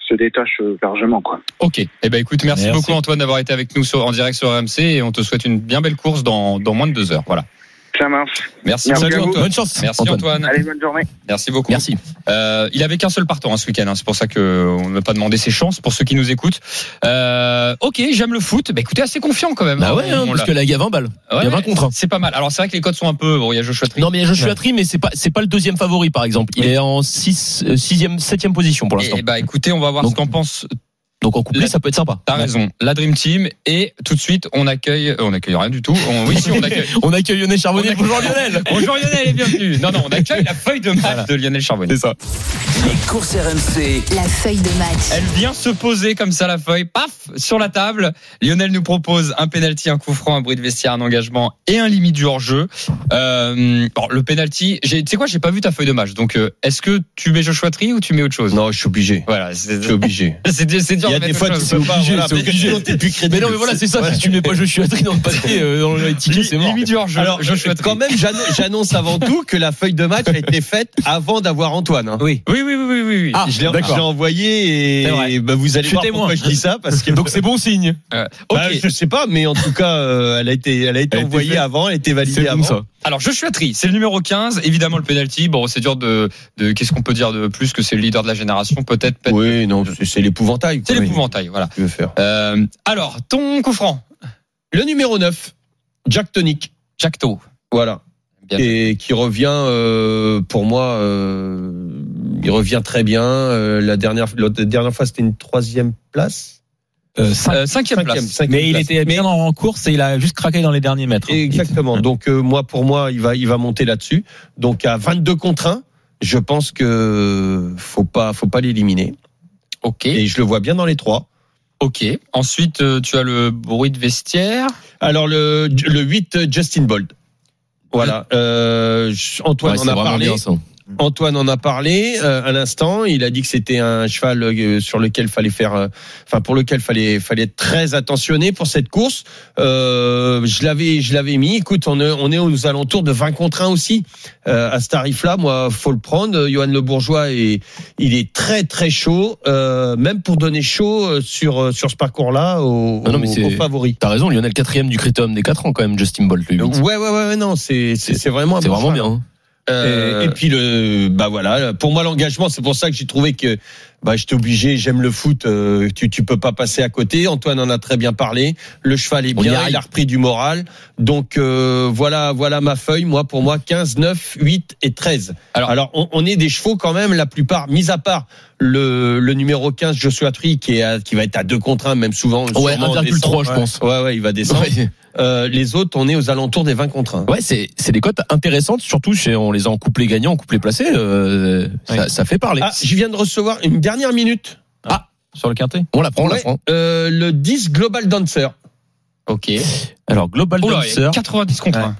Speaker 7: se détache euh, largement quoi.
Speaker 2: Ok. Eh ben écoute, merci,
Speaker 5: Merci.
Speaker 2: beaucoup Antoine d'avoir été avec nous sur- en direct sur RMC et on te souhaite une bien belle course dans, dans moins de deux heures. Voilà.
Speaker 7: Ça marche.
Speaker 2: Merci.
Speaker 7: Merci
Speaker 2: Salut
Speaker 7: à vous.
Speaker 2: Antoine.
Speaker 6: Bonne chance.
Speaker 2: Merci Antoine.
Speaker 6: Antoine.
Speaker 7: Allez, bonne journée.
Speaker 2: Merci beaucoup.
Speaker 6: Merci.
Speaker 2: Euh, il avait qu'un seul partant hein, ce week-end. hein. C'est pour ça qu'on ne va pas demander ses chances pour ceux qui nous écoutent. Euh, ok, j'aime le foot. Bah, écoutez, assez confiant quand même.
Speaker 6: Bah
Speaker 2: hein.
Speaker 6: ouais, hein,
Speaker 2: On
Speaker 6: parce
Speaker 2: l'a-
Speaker 6: que la il y a 20 balles.
Speaker 2: Ah Ouais,
Speaker 6: il y a 20
Speaker 2: ouais,
Speaker 6: contre 1.
Speaker 2: C'est pas mal. Alors c'est vrai que les codes sont un peu. Bon, il y a Joshua Tree.
Speaker 6: Non mais Joshua
Speaker 2: Ouais.
Speaker 6: Tree mais c'est pas c'est pas le deuxième favori par exemple. Il est en 6 6e 7e position pour l'instant.
Speaker 2: Et bah écoutez, on va voir
Speaker 6: Donc-
Speaker 2: ce qu'en pense
Speaker 6: Donc en couplé
Speaker 2: la-
Speaker 6: ça peut être sympa.
Speaker 2: T'as raison. La Dream Team et tout de suite on accueille, euh, on accueille rien du tout. On- oui, si on accueille.
Speaker 6: On accueille Lionel Charbonnier.
Speaker 2: On accueille-
Speaker 6: Bonjour Lionel.
Speaker 2: Bonjour Lionel et bienvenue. Non, non, on accueille la feuille de match de Lionel Charbonnier.
Speaker 6: ça.
Speaker 1: Les courses RMC,
Speaker 4: La feuille de match.
Speaker 2: Elle vient se poser comme ça la feuille, paf, sur la table. Lionel nous propose un penalty, un coup franc, un bruit de vestiaire, un engagement et un limite du hors-jeu. Euh, bon, le penalty, j'ai- tu sais quoi, j'ai pas vu ta feuille de match. Donc, euh, est-ce que tu mets Joshua Tree ou tu mets autre chose
Speaker 3: Non, je suis obligé.
Speaker 2: Voilà, c'est
Speaker 3: Je suis obligé.
Speaker 2: c'est dur. c'est dur
Speaker 3: Il y
Speaker 2: de
Speaker 3: a des
Speaker 2: mettre
Speaker 3: fois
Speaker 2: autre
Speaker 3: que
Speaker 2: chose,
Speaker 3: c'est
Speaker 2: on peut pas,
Speaker 3: obligé,
Speaker 2: voilà,
Speaker 3: c'est
Speaker 2: mais-
Speaker 3: obligé.
Speaker 2: T'es plus crédible.
Speaker 6: Mais non mais voilà c'est ça. Si tu mets pas Joshua Tree dans le papier euh, dans le ticket c'est mort.
Speaker 2: Limite du hors-jeu.
Speaker 3: Alors,
Speaker 2: Joshua Tree.
Speaker 3: quand même, j'anno- j'annonce avant tout que la feuille de match a été faite avant d'avoir Antoine. hein.
Speaker 2: Oui, oui, oui, oui, oui. oui.
Speaker 6: Ah,
Speaker 3: je l'ai je
Speaker 6: d'accord.
Speaker 3: l'ai envoyé
Speaker 6: C'est
Speaker 3: et,
Speaker 6: vrai.
Speaker 3: et bah, vous allez
Speaker 6: Je suis
Speaker 3: voir
Speaker 6: témoin.
Speaker 3: pourquoi je dis ça parce que
Speaker 6: Donc c'est bon signe.
Speaker 2: Euh, ok.
Speaker 3: Bah, je sais pas, mais en tout cas, euh, elle a été, elle a été
Speaker 5: Elle a été
Speaker 3: envoyée
Speaker 5: faite.
Speaker 3: avant, elle a été validée avant.
Speaker 2: Alors Joshua Tree, c'est le numéro 15, évidemment le penalty. Bon, c'est dur de, de qu'est-ce qu'on peut dire de plus que c'est le leader de la génération, peut-être. peut-être-
Speaker 3: Oui, non, c'est- c'est l'épouvantail.
Speaker 2: C'est
Speaker 3: quoi,
Speaker 2: l'épouvantail, voilà.
Speaker 3: mais tu veux faire.
Speaker 2: Euh, alors, ton coup franc,
Speaker 3: Le numéro 9, Jack Tonic.
Speaker 2: Jack Toe.
Speaker 3: Voilà.
Speaker 2: Bien.
Speaker 3: Et qui revient, euh, pour moi, euh, il revient très bien. Euh, la dernière, la dernière fois, c'était une troisième place.
Speaker 5: Euh, cinq.
Speaker 2: Euh, cinquième,
Speaker 3: Ah, Cinquième,
Speaker 2: place.
Speaker 3: cinquième
Speaker 5: Mais il
Speaker 3: place.
Speaker 5: était bien en en course et il a juste craqué dans les derniers mètres. hein,
Speaker 3: Exactement.
Speaker 6: Mmh.
Speaker 3: Donc euh, moi pour moi, il va il va monter là-dessus. Donc à 22 contre 1, je pense que faut pas faut pas l'éliminer
Speaker 2: Ok,
Speaker 3: et je le vois bien dans les trois.
Speaker 2: ok. Ensuite, euh, tu as le bruit de vestiaire.
Speaker 3: Alors le le 8 Justin Bold. Voilà. Euh, je- Antoine
Speaker 6: Ouais,
Speaker 3: en
Speaker 6: c'est
Speaker 3: a
Speaker 6: vraiment
Speaker 3: parlé.
Speaker 6: bien ça.
Speaker 3: Antoine en a parlé euh, à l'instant. Il a dit que c'était un cheval euh, sur lequel fallait faire, euh, enfin pour lequel fallait fallait être très attentionné pour cette course. Euh, je l'avais je l'avais mis. Écoute, on est on est aux alentours de 20 contre 1 aussi euh, à ce tarif-là. Moi, faut le prendre. Euh, Johan Le Bourgeois est il est très très chaud, euh, même pour donner chaud euh, sur euh, sur ce parcours-là aux,
Speaker 6: Ah non, mais
Speaker 3: aux-
Speaker 6: c'est-
Speaker 3: aux favoris.
Speaker 6: T'as raison, Lionel, quatrième du Crétum des 4 ans quand même, Justin Bolt, le
Speaker 3: Ouais
Speaker 6: 8.
Speaker 3: ouais ouais, ouais, non c'est c'est c'est vraiment un
Speaker 6: C'est
Speaker 3: bon
Speaker 6: vraiment
Speaker 3: cheval.
Speaker 6: bien. hein.
Speaker 3: Euh, Et, puis le, bah voilà, pour moi l'engagement, c'est pour ça que j'ai trouvé que, bah j'étais obligé, j'aime le foot, euh, tu tu peux pas passer à côté. Antoine en a très bien parlé. Le cheval est
Speaker 6: On y
Speaker 3: bien,
Speaker 6: arrive.
Speaker 3: il a repris du moral. Donc euh, voilà, voilà ma feuille. Moi pour moi 15, 9, 8 et 13.
Speaker 2: Alors-
Speaker 3: Alors, on, on est des chevaux quand même la plupart, mis à part le, le numéro 15 Joshua Tree qui est à- qui va être à 2 contre 1 même souvent.
Speaker 6: Ouais,
Speaker 3: sûrement en
Speaker 6: 1,3, je
Speaker 3: décembre.
Speaker 6: pense.
Speaker 3: Ouais ouais, il va descendre.
Speaker 6: Ouais.
Speaker 3: Euh, les autres, on est aux alentours des 20 contre 1.
Speaker 6: Ouais, c'est c'est des cotes intéressantes, surtout chez on les a en couplé gagnant, en couplé placé, euh, ça, ça fait parler.
Speaker 3: Ah, je viens de recevoir une dernière minute.
Speaker 5: Sur le quintet
Speaker 6: on la prend, on la
Speaker 3: Ouais,
Speaker 6: prend.
Speaker 3: euh, le 10 Global Dancer.
Speaker 2: Ok.
Speaker 6: Alors Global
Speaker 2: Oula, il y a
Speaker 6: Dancer,
Speaker 2: 90 contre 1.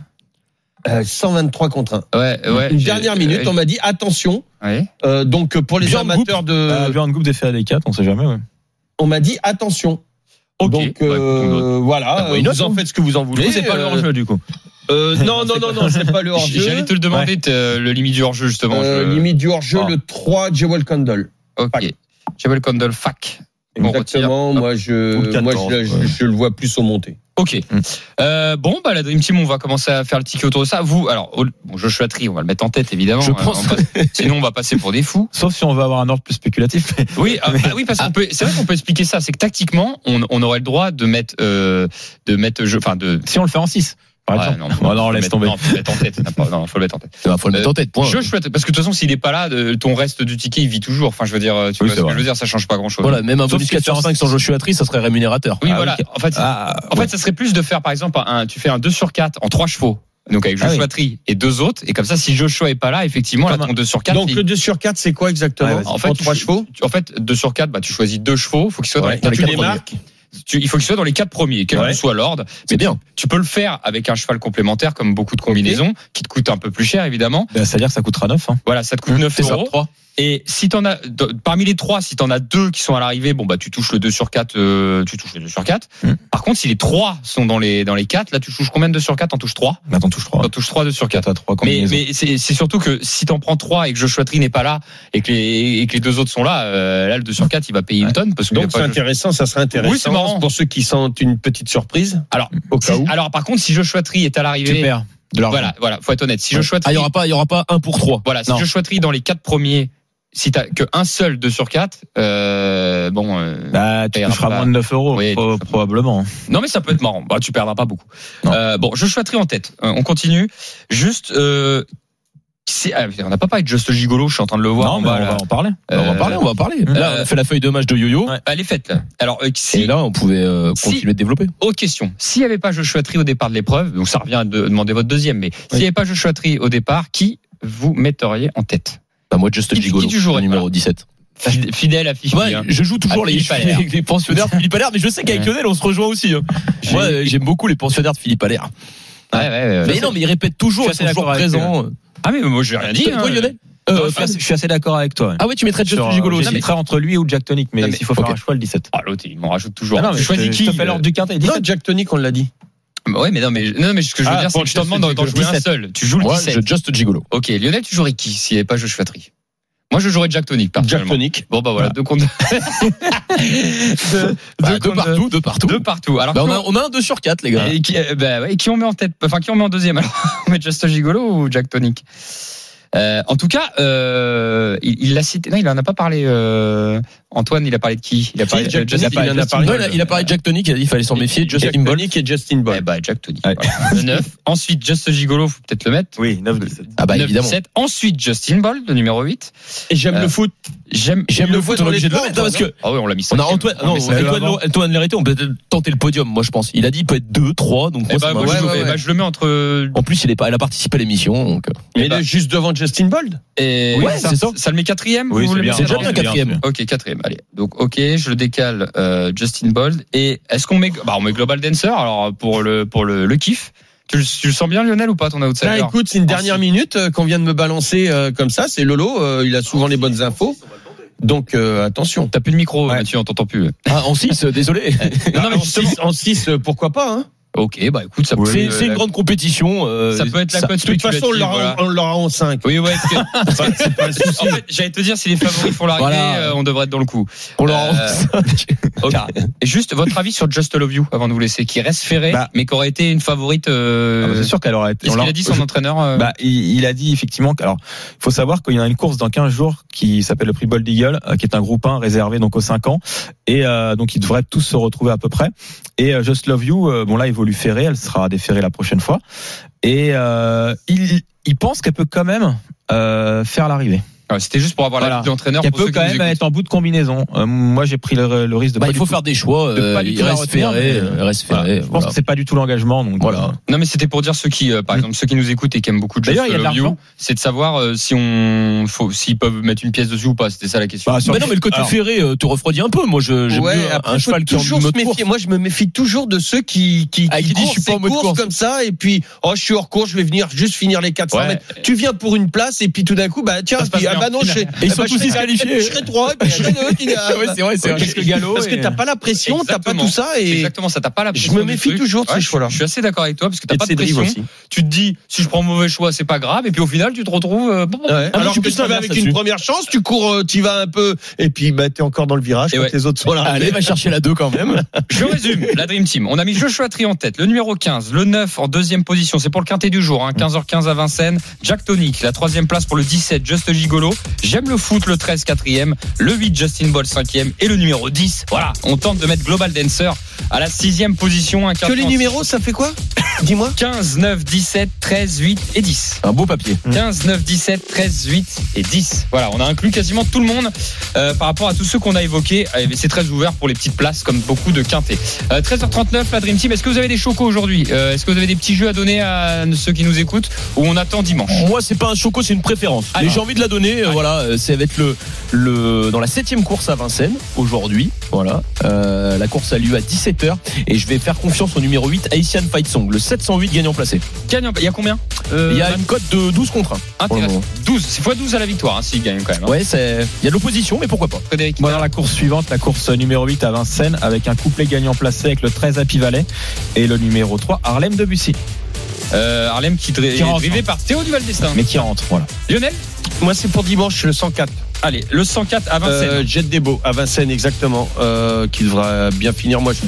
Speaker 3: Euh, 123 contre 1.
Speaker 2: Ouais,
Speaker 3: Une dernière minute, on m'a dit attention.
Speaker 2: Ouais.
Speaker 3: Euh, donc euh, pour les
Speaker 5: Björn
Speaker 3: amateurs de,
Speaker 5: euh, Björn Goop des Fédéral 4, on sait jamais. Ouais.
Speaker 3: on m'a dit attention.
Speaker 2: Ok.
Speaker 3: Donc
Speaker 2: Ouais,
Speaker 3: euh,
Speaker 2: écoute,
Speaker 3: voilà,
Speaker 6: Ah, why
Speaker 3: euh,
Speaker 6: not,
Speaker 3: vous en faites ce que vous en
Speaker 5: Du
Speaker 3: voulez.
Speaker 5: coup, c'est pas le
Speaker 3: Euh,
Speaker 5: hors-jeu du coup.
Speaker 3: euh, non non non non, c'est pas le hors jeu. Euh,
Speaker 2: J'allais te le demander, t'es- le limite du hors-jeu, justement. je-
Speaker 3: limite du hors jeu
Speaker 2: Ah.
Speaker 3: le 3 Jewel Candle.
Speaker 2: Ok. Jewel Condol, fac. On
Speaker 3: Exactement.
Speaker 2: retire.
Speaker 3: Moi
Speaker 5: Ou le
Speaker 3: je, moi
Speaker 5: 14,
Speaker 3: je, je-
Speaker 5: ouais.
Speaker 3: je le vois plus au monté.
Speaker 2: Ok.
Speaker 5: Mm.
Speaker 2: Euh, bon, bah, la Dream Team, on va commencer à faire le ticket autour de ça. Vous, alors, au- bon, Joshua Tree, on va le mettre en tête, évidemment.
Speaker 6: Je
Speaker 2: Euh,
Speaker 6: pense.
Speaker 2: on va- sinon, on va passer pour des fous.
Speaker 5: Sauf si on veut avoir un ordre plus spéculatif. mais
Speaker 2: Oui, ah, bah oui, parce qu'on peut, c'est vrai qu'on peut expliquer ça. C'est que tactiquement, on, on aurait le droit de mettre, euh, de mettre, je- enfin, de.
Speaker 5: si on le fait en 6, par
Speaker 2: Ouais,
Speaker 5: exemple.
Speaker 2: non,
Speaker 5: Oh non,
Speaker 2: faut le
Speaker 5: laisse
Speaker 2: mettre-
Speaker 5: tomber.
Speaker 2: Non, faut le mettre en tête. N'importe- Non, faut le mettre en tête.
Speaker 6: il faut le mettre en tête. Point.
Speaker 2: Joshua, parce que de toute façon, s'il est pas là, de- ton reste du ticket, il vit toujours. Enfin, je veux dire, euh, tu vois
Speaker 5: Oui, c'est
Speaker 2: ce que
Speaker 5: vrai.
Speaker 2: je veux dire, ça change pas grand chose.
Speaker 6: Voilà, même un
Speaker 5: Sauf
Speaker 6: bonus
Speaker 5: si sur
Speaker 6: 4,5 sans Joshua Tree, ça serait rémunérateur.
Speaker 2: Oui,
Speaker 5: Ah,
Speaker 2: voilà.
Speaker 5: oui.
Speaker 2: En fait,
Speaker 5: Ah,
Speaker 2: En fait, ça serait plus de faire, par exemple, un, tu fais un 2 sur 4 en 3 chevaux. Donc avec Joshua
Speaker 5: Ah oui.
Speaker 2: Tree et deux autres. Et comme ça, si Joshua est pas là, effectivement, là,
Speaker 5: Comme
Speaker 2: ton 2 sur 4.
Speaker 3: Donc le 2 sur 4 c'est quoi exactement
Speaker 5: Ouais, vas-y.
Speaker 2: en fait,
Speaker 3: En
Speaker 2: tu-
Speaker 3: trois chevaux
Speaker 2: tu- en fait, 2 sur 4, bah, tu choisis deux chevaux. Faut qu'ils soient dans
Speaker 6: Ouais,
Speaker 2: les, quatre
Speaker 6: tu les
Speaker 2: premiers.
Speaker 6: marques.
Speaker 2: Tu- il faut qu'ils soient dans les quatre premiers, quel
Speaker 3: Ouais.
Speaker 2: que soit l'ordre.
Speaker 6: C'est bien.
Speaker 2: Tu peux le faire avec un cheval complémentaire, comme beaucoup de combinaisons, qui te coûte un peu plus cher, évidemment.
Speaker 5: Ben, C'est-à-dire que ça coûtera 9. Hein.
Speaker 2: Voilà, ça te coûte 9
Speaker 6: C'est ça,
Speaker 2: euros.
Speaker 6: 3.
Speaker 2: Et si t'en as de- parmi les trois, si t'en as deux qui sont à l'arrivée, bon bah tu touches le 2 sur 4 tu touches le 2 sur 4
Speaker 5: Mm.
Speaker 2: Par contre, si les trois sont dans les dans les quatre, là tu touches combien de 2 sur 4 T'en touches 3
Speaker 5: Maintenant, Bah, touche 3.
Speaker 2: T'en touches 3 2 sur 4
Speaker 5: 4 à 3
Speaker 2: Mais,
Speaker 5: combinaisons.
Speaker 2: mais c'est c'est surtout que si t'en prends trois et que Joshua Tree n'est pas là et que les et que les deux autres sont là, euh, là le 2 sur 4 il va payer une
Speaker 5: Ouais.
Speaker 2: tonne parce que
Speaker 3: Donc c'est intéressant, ça serait intéressant
Speaker 2: Oui, c'est marrant.
Speaker 3: pour ceux qui sentent une petite surprise.
Speaker 2: Alors,
Speaker 3: au cas où.
Speaker 2: alors par contre, si Joshua Tree est à
Speaker 5: Tu
Speaker 2: l'arrivée,
Speaker 5: perds de l'argent.
Speaker 2: voilà, voilà, faut être honnête. Si
Speaker 5: Ouais.
Speaker 2: Joshua
Speaker 6: Ah,
Speaker 2: Tree
Speaker 6: il y aura pas, il y aura pas 1 pour 3.
Speaker 2: Voilà, si
Speaker 5: Non.
Speaker 2: je choisis dans les quatre premiers, si t'as que un seul 2 sur 4 euh, bon. euh,
Speaker 5: Bah, tu
Speaker 2: Et
Speaker 5: toucheras
Speaker 2: bah,
Speaker 5: moins de 9 euros,
Speaker 2: oui,
Speaker 5: pro-
Speaker 2: tu-
Speaker 5: probablement.
Speaker 2: Non mais ça peut être marrant. Bah tu perdras pas beaucoup.
Speaker 5: Non.
Speaker 2: Euh, bon, je choisis en tête. Euh, on continue. Juste, euh, c'est- ah, putain, on n'a pas parlé de Just Gigolo. Je suis en train de le voir.
Speaker 5: non,
Speaker 2: On
Speaker 5: bah,
Speaker 2: va
Speaker 5: on
Speaker 2: la-
Speaker 5: va en parler.
Speaker 6: Bah, on va
Speaker 2: Euh,
Speaker 6: parler, on va parler. Là, on fait la feuille de match de Yo-Yo.
Speaker 5: Ouais.
Speaker 2: Elle est faite Bah, là. Alors, euh, si,
Speaker 6: Et là, on pouvait euh,
Speaker 2: Si.
Speaker 6: continuer de développer.
Speaker 2: autre question. S'il n'y avait pas Joshua Tree au départ de l'épreuve, donc ça revient à de- demander votre deuxième, mais s'il n'y avait pas Joshua Tree au départ, qui vous metteriez en tête
Speaker 6: Bah, moi, Just
Speaker 2: Qui-
Speaker 6: Gigolo,
Speaker 2: qui tu jouerais,
Speaker 6: numéro
Speaker 2: voilà.
Speaker 6: 17.
Speaker 2: Fid- Fidèle à Fifi.
Speaker 6: Ouais,
Speaker 2: hein.
Speaker 6: je joue toujours
Speaker 2: Ah,
Speaker 6: les,
Speaker 2: Philippe Allaire.
Speaker 6: les pensionnaires de Philippe Allaire, mais je sais qu'avec
Speaker 2: Ouais.
Speaker 6: Lionel, on se rejoint aussi. hein. Moi, euh, j'aime beaucoup les pensionnaires de Philippe Allaire.
Speaker 2: Ouais, ouais, ouais.
Speaker 6: Mais non, mais ils répètent toujours,
Speaker 5: je
Speaker 6: ils
Speaker 5: suis
Speaker 6: sont
Speaker 5: assez
Speaker 6: toujours
Speaker 5: d'accord avec
Speaker 6: présents.
Speaker 2: Ah mais moi je n'ai rien dit.
Speaker 6: Toi, toi,
Speaker 2: hein.
Speaker 6: Lionel
Speaker 5: Non,
Speaker 6: Euh,
Speaker 5: je, suis assez- je suis assez d'accord avec toi.
Speaker 6: Ah ouais, tu mettrais Just
Speaker 5: Sur, euh,
Speaker 6: Gigolo aussi.
Speaker 5: J'hésiterais entre lui ou Jack Tonic, mais,
Speaker 2: Non, mais-
Speaker 5: s'il faut faire
Speaker 6: ok.
Speaker 5: un choix, le 17.
Speaker 2: Ah l'autre il m'en rajoute toujours.
Speaker 5: Ah non, mais
Speaker 2: tu choisis
Speaker 5: je te-
Speaker 2: qui euh,
Speaker 5: Je te fais l'ordre du quintet.
Speaker 3: Non,
Speaker 5: 17.
Speaker 3: Jack Tonic, on l'a dit.
Speaker 2: Bah Ouais mais non mais non mais ce que je veux
Speaker 5: Ah,
Speaker 2: dire c'est
Speaker 5: pour
Speaker 2: que je te
Speaker 5: Just
Speaker 2: demande d'en
Speaker 5: Gigolo.
Speaker 2: jouer un
Speaker 5: 17.
Speaker 2: seul. Tu joues le
Speaker 6: Moi,
Speaker 2: 17.
Speaker 6: je Just Gigolo.
Speaker 2: Ok, Lionel, tu jouerais qui s'il n'y avait pas Joshua Tree Moi, je jouerais Jack Tonic,
Speaker 3: Jack
Speaker 2: personnellement.
Speaker 3: Tonic.
Speaker 2: Bon, bah voilà,
Speaker 6: Ah.
Speaker 2: deux contre deux.
Speaker 6: Bah,
Speaker 2: deux
Speaker 6: de
Speaker 2: contre
Speaker 6: partout, de partout.
Speaker 2: Deux partout. Alors,
Speaker 6: Bah,
Speaker 2: qui
Speaker 6: on, a, hein. on a un 2 sur 4, les
Speaker 2: on-
Speaker 6: gars.
Speaker 2: et qui, euh, bah ouais, qui on met en tête Enfin, qui on met en deuxième Alors, on met Just Gigolo ou Jack Tonic Euh, En tout cas, euh, il il l'a cité. Non, il en a pas parlé. euh, Antoine, il a parlé de qui Il a parlé de
Speaker 3: Jack
Speaker 2: Justin-
Speaker 3: Tonic, il en a
Speaker 2: Justin
Speaker 3: parlé.
Speaker 6: Ouais,
Speaker 2: Boyle.
Speaker 6: là, il a parlé de Jack Tonic, il a dit qu'il fallait s'en méfier. Just
Speaker 3: Jack
Speaker 6: Gimbal.
Speaker 3: Tonic et Justin Boll.
Speaker 2: Eh bah, Jack Tonic.
Speaker 5: Ouais.
Speaker 2: voilà. Le 9. Ensuite, Just Gigolo, faut peut-être le mettre.
Speaker 5: Oui, 9, 17.
Speaker 6: Ah bah
Speaker 2: 9,
Speaker 6: évidemment.
Speaker 2: 17. Ensuite, Justin Ball, de numéro 8.
Speaker 3: Et j'aime
Speaker 2: Euh,
Speaker 3: le foot.
Speaker 2: J'aime.
Speaker 6: J'aime
Speaker 3: Il
Speaker 6: le
Speaker 3: le voit
Speaker 6: foot,
Speaker 3: dans
Speaker 6: on est
Speaker 3: les
Speaker 6: obligé de le
Speaker 3: plans,
Speaker 6: mettre hein, parce que
Speaker 2: Ah oui, on l'a mis
Speaker 6: on a
Speaker 2: cinquième.
Speaker 6: Antoine,
Speaker 2: On
Speaker 6: non,
Speaker 2: l'a mis cinquième.
Speaker 6: Antoine, Antoine Lérité, on peut peut-être tenter le podium. Moi, je pense. Il a dit il peut être 2, 3, donc
Speaker 2: Eh
Speaker 6: moi, ça
Speaker 2: ben,
Speaker 6: m'a-
Speaker 2: moi, je,
Speaker 3: ouais,
Speaker 2: eh
Speaker 3: ouais.
Speaker 2: ben, je le mets entre.
Speaker 6: En plus, il est pas, elle a participé à l'émission, donc. euh,
Speaker 2: eh
Speaker 3: Mais
Speaker 2: bah-
Speaker 3: il est juste devant Justin Bold.
Speaker 2: Et
Speaker 6: Ouais, c'est ça.
Speaker 2: le met quatrième. vous
Speaker 5: Oui, c'est
Speaker 2: voulez mettre
Speaker 5: bien.
Speaker 6: C'est déjà
Speaker 2: quatrième
Speaker 6: bien quatrième.
Speaker 2: Ok, quatrième. Allez, donc ok, je le décale. euh, Justin Bold. Et est-ce qu'on met, bah, on met Global Dancer alors pour le pour le, le kiff. Tu, le- tu le sens bien, Lionel, ou pas, ton outsider
Speaker 3: Là, écoute, c'est une dernière minute euh, qu'on vient de me balancer euh, comme ça. C'est Lolo, euh, il a souvent les bonnes infos. Donc euh, attention.
Speaker 2: T'as plus de micro,
Speaker 3: Ouais.
Speaker 2: Mathieu, on t'entend plus.
Speaker 6: Ah, en 6, désolé.
Speaker 2: non, mais
Speaker 3: Ah, en
Speaker 2: justement-
Speaker 3: 6, en six, euh, pourquoi pas hein
Speaker 2: Ok, bah écoute, ça peut,
Speaker 6: C'est
Speaker 2: euh,
Speaker 6: c'est une
Speaker 2: la-
Speaker 6: grande compétition. euh,
Speaker 2: ça peut être la
Speaker 6: ça-
Speaker 2: cote
Speaker 3: De toute façon, on
Speaker 2: spéculative,
Speaker 3: l'aura
Speaker 2: voilà.
Speaker 3: on l'aura en 5.
Speaker 2: Oui, ouais. parce que- en fait, j'allais te dire, si les favoris font l'arrivée,
Speaker 6: Voilà.
Speaker 2: euh, on devrait être dans le coup.
Speaker 6: On l'aura en
Speaker 2: Euh, ok. Et juste votre avis sur Just Love You avant de vous laisser, qui reste ferré,
Speaker 5: Bah.
Speaker 2: mais qui aurait été une favorite. euh,
Speaker 5: Ah bah, c'est sûr qu'elle aura été.
Speaker 2: Qu'est-ce
Speaker 5: on
Speaker 2: qu'il
Speaker 5: l'a-
Speaker 2: a dit son entraîneur euh,
Speaker 5: Bah, il, il a dit effectivement. que- Alors, il faut savoir qu'il y a une course dans 15 jours qui s'appelle le Prix Bold Eagle, euh, qui est un groupe 1 réservé donc aux 5 ans, et euh, donc ils devraient tous se retrouver à peu près. Et euh, Just Love You, euh, bon là, évolue ferrée, elle sera déferrée la prochaine fois. Et euh, il, il pense qu'elle peut quand même euh, faire l'arrivée.
Speaker 2: ouais, Ah, C'était juste pour avoir la
Speaker 5: Voilà.
Speaker 2: l'avis de l'entraîneur.
Speaker 5: Elle
Speaker 2: pour
Speaker 5: peut
Speaker 2: ceux qui
Speaker 5: quand
Speaker 2: nous
Speaker 5: même
Speaker 2: écoutent.
Speaker 5: être en bout de combinaison. Euh, moi, j'ai pris le, le risque de.
Speaker 6: Bah,
Speaker 5: pas
Speaker 6: il
Speaker 5: du
Speaker 6: faut
Speaker 5: tout-
Speaker 6: faire des choix.
Speaker 5: de pas
Speaker 6: euh,
Speaker 5: du
Speaker 6: Il
Speaker 5: tout la
Speaker 6: reste
Speaker 5: retenir,
Speaker 6: ferré.
Speaker 5: mais, euh,
Speaker 6: il Reste
Speaker 5: Voilà.
Speaker 6: ferré.
Speaker 5: Je pense que c'est pas du tout l'engagement. Donc
Speaker 6: Voilà.
Speaker 2: Non, mais c'était pour dire ceux qui, euh, par
Speaker 5: Mm.
Speaker 2: exemple, ceux qui nous écoutent et qui aiment beaucoup Just
Speaker 5: D'ailleurs, il y a de
Speaker 2: Love You,
Speaker 5: l'argent.
Speaker 2: c'est de savoir euh, si on, faut, s'ils peuvent mettre une pièce dessus ou pas. C'était ça la question.
Speaker 5: Bah, sur-
Speaker 6: Mais non, mais le côté
Speaker 5: Alors-
Speaker 6: ferré euh, te refroidit un peu. Moi, je- j'aime
Speaker 3: Ouais,
Speaker 6: mieux un-
Speaker 3: après,
Speaker 6: un
Speaker 3: faut
Speaker 6: cheval qui est en
Speaker 3: toujours
Speaker 6: mode
Speaker 3: se méfier.
Speaker 6: course.
Speaker 3: Moi, je me méfie toujours de ceux qui qui,
Speaker 6: Ah, qui dit, je suis pas
Speaker 3: courent
Speaker 6: en mode
Speaker 3: ces courses
Speaker 6: course.
Speaker 3: comme ça et puis oh je suis hors course, je vais venir juste finir les 400
Speaker 2: Ouais.
Speaker 3: mètres. Tu viens pour une place et puis tout d'un coup bah tiens
Speaker 2: Ça se passe
Speaker 3: puis, ah
Speaker 2: bien.
Speaker 3: bah non je,
Speaker 6: Et ils
Speaker 3: ah,
Speaker 6: sont
Speaker 3: bah, je
Speaker 6: tous
Speaker 3: serai-
Speaker 6: disqualifiés.
Speaker 3: Je serai 3 et puis je serai deux, tu dis, ah,
Speaker 6: Ouais,
Speaker 3: bah,
Speaker 6: c'est vrai, c'est vrai.
Speaker 3: parce que- Parce que t'as pas la pression, t'as pas
Speaker 2: Exactement.
Speaker 3: tout ça
Speaker 2: C'est
Speaker 3: et
Speaker 2: exactement ça. T'as pas la
Speaker 3: je
Speaker 2: pression
Speaker 3: me
Speaker 2: du
Speaker 3: méfie
Speaker 2: truc.
Speaker 3: toujours de
Speaker 2: Ouais,
Speaker 3: ces
Speaker 2: je-
Speaker 3: choix-là.
Speaker 2: Je suis assez d'accord avec toi parce que t'as
Speaker 3: Et
Speaker 2: pas de
Speaker 3: ses drives
Speaker 2: pression. Tu te dis, si je prends mauvais choix, c'est pas grave. Et puis au final, tu te retrouves. euh, bon, bon.
Speaker 3: Ouais.
Speaker 6: Ah, mais
Speaker 3: Alors
Speaker 6: tu
Speaker 3: que
Speaker 6: peux
Speaker 3: tu vas
Speaker 6: faire
Speaker 3: avec
Speaker 6: ça
Speaker 3: une
Speaker 6: dessus.
Speaker 3: première chance, tu cours, euh, tu vas un peu, et puis bah t'es encore dans le virage
Speaker 2: Et
Speaker 3: quand
Speaker 2: ouais.
Speaker 3: les autres sont là.
Speaker 6: Ah, Allez, va chercher la 2 quand même.
Speaker 2: Je résume la Dream Team. On a mis Joshua Tree en tête, le numéro 15, le 9 en deuxième position. C'est pour le quintet du jour, hein, 15h15 à Vincennes. Jack Tonic, la troisième place pour le 17, Just Gigolo. J'aime le foot, le 13, quatrième. Le 8, Justin Ball, cinquième. Et le numéro 10, voilà. On tente de mettre Global Dancer à la sixième position. Un
Speaker 3: Que
Speaker 2: quintet
Speaker 3: les
Speaker 2: en-
Speaker 3: numéros, ça fait quoi Dis-moi.
Speaker 2: 15, 9, 17, 13, 8 et 10.
Speaker 6: Un beau papier.
Speaker 2: 15, 9, 17, 13, 8 et 10. Voilà, on a inclus quasiment tout le monde euh, par rapport à tous ceux qu'on a évoqués. Euh, mais C'est très ouvert pour les petites places, comme beaucoup de quintés. Euh, 13h39, la Dream Team. Est-ce que vous avez des chocos aujourd'hui Euh, Est-ce que vous avez des petits jeux à donner à ceux qui nous écoutent Ou on attend dimanche
Speaker 6: Moi, c'est pas un choco, c'est une préférence.
Speaker 2: Ah,
Speaker 6: mais
Speaker 2: non.
Speaker 6: j'ai envie de la donner. euh, Voilà, euh, c'est avec le le dans la septième course à Vincennes aujourd'hui. Voilà, Euh, la course a lieu à 17 h et je vais faire confiance au numéro 8 Haitian Fight Song, le 708 gagnant placé.
Speaker 2: Gagnant, il y a combien
Speaker 3: Euh,
Speaker 6: Il y a
Speaker 2: Matt
Speaker 6: une cote de 12 contre 1.
Speaker 2: Intéressant. 12, c'est fois 12 à la victoire, hein, s'il gagne quand même. hein.
Speaker 6: Ouais, c'est il y a de l'opposition, mais pourquoi pas.
Speaker 2: Frédéric,
Speaker 5: Bon, alors la course suivante, la course numéro 8 à Vincennes, avec un couplet gagnant placé avec le 13 à Pivalet et le numéro 3 Harlem Debussy,
Speaker 2: euh, Harlem qui, dri-
Speaker 5: Qui rentre,
Speaker 2: est drivé
Speaker 5: hein.
Speaker 2: par Théo Duval Destin.
Speaker 5: mais qui rentre. Voilà.
Speaker 2: Lionel
Speaker 3: Moi, c'est pour dimanche, le 104.
Speaker 2: Allez, le 104 à Vincennes.
Speaker 3: Euh, Jet Debo, à Vincennes, exactement, euh, qui devra bien finir. Moi, je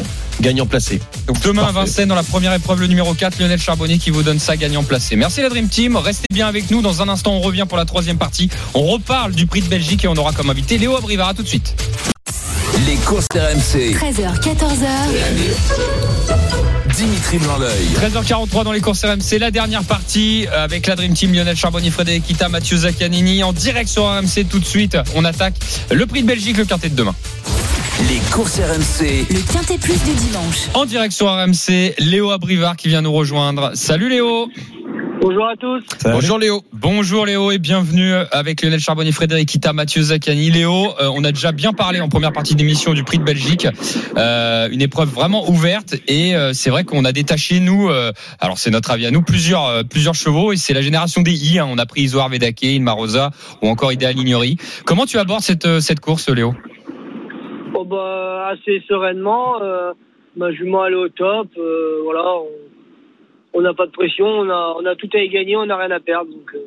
Speaker 3: gagnant placé.
Speaker 2: Donc demain à
Speaker 6: Parfait.
Speaker 2: Vincennes dans la première épreuve le numéro 4 Lionel Charbonnier qui vous donne ça gagnant placé. Merci la Dream Team, restez bien avec nous dans un instant on revient pour la troisième partie. On reparle du prix de Belgique et on aura comme invité Léo Abrivard à tout de suite.
Speaker 1: Les courses RMC.
Speaker 4: 13h, 14h.
Speaker 1: Dimitri Blanc-L'œil.
Speaker 2: 13h43 dans les courses RMC, la dernière partie euh, avec la Dream Team Lionel Charbonnier, Frédéric Kita, Mathieu Zaccanini en direct sur RMC tout de suite. On attaque le prix de Belgique, le quartet de demain.
Speaker 1: Les courses RMC.
Speaker 4: Le quintet plus du dimanche.
Speaker 2: En direct sur RMC, Léo Abrivard qui vient nous rejoindre. Salut Léo
Speaker 8: Bonjour à tous.
Speaker 5: Ça-
Speaker 3: Bonjour Léo.
Speaker 2: Bonjour Léo et bienvenue euh, avec Lionel Charbonnier, Frédéric Ita, Mathieu Zaccani. Léo, euh, on a déjà bien parlé en première partie d'émission du Prix de Belgique, Euh, une épreuve vraiment ouverte et euh, c'est vrai qu'on a détaché nous, euh, alors c'est notre avis à nous, plusieurs euh, plusieurs chevaux et c'est la génération des I. hein. on a pris Isoar Vedake, Ilma Rosa ou encore Ideal Ignori. Comment tu abordes cette euh, cette course, Léo
Speaker 8: Bon, bah, assez sereinement, euh, ma jument elle est au top. euh, voilà, on- on n'a pas de pression, on a, on a tout à y gagner, on n'a rien à perdre. Donc, euh,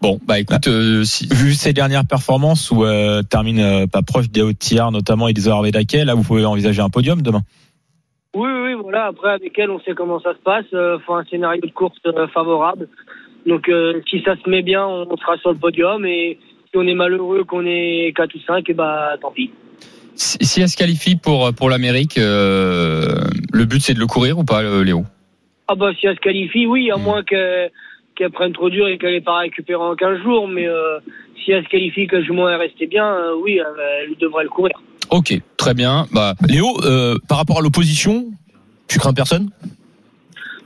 Speaker 2: Bon, bah écoute, euh, si-
Speaker 5: Ah. Vu ses dernières performances où euh, termine euh, pas proche des hauts tiers, notamment et des Vedake, là vous pouvez envisager un podium demain.
Speaker 8: oui, oui, oui, voilà. Après, avec elle, on sait comment ça se passe. Euh, faut un scénario de course euh, favorable. Donc, euh, si ça se met bien, on sera sur le podium. Et si on est malheureux qu'on est 4 ou 5, et bah, tant pis.
Speaker 2: si, si elle se qualifie pour pour l'Amérique, euh, le but c'est de le courir ou pas, euh, Léo
Speaker 8: Ah bah si elle se qualifie, oui, à moins que- qu'elle prenne trop dur et qu'elle n'ait pas récupéré en 15 jours, mais euh, si elle se qualifie, que jument est restée bien, euh, oui, elle, elle devrait le courir.
Speaker 2: Ok, très bien. Bah
Speaker 6: Léo, euh, par rapport à l'opposition, tu crains personne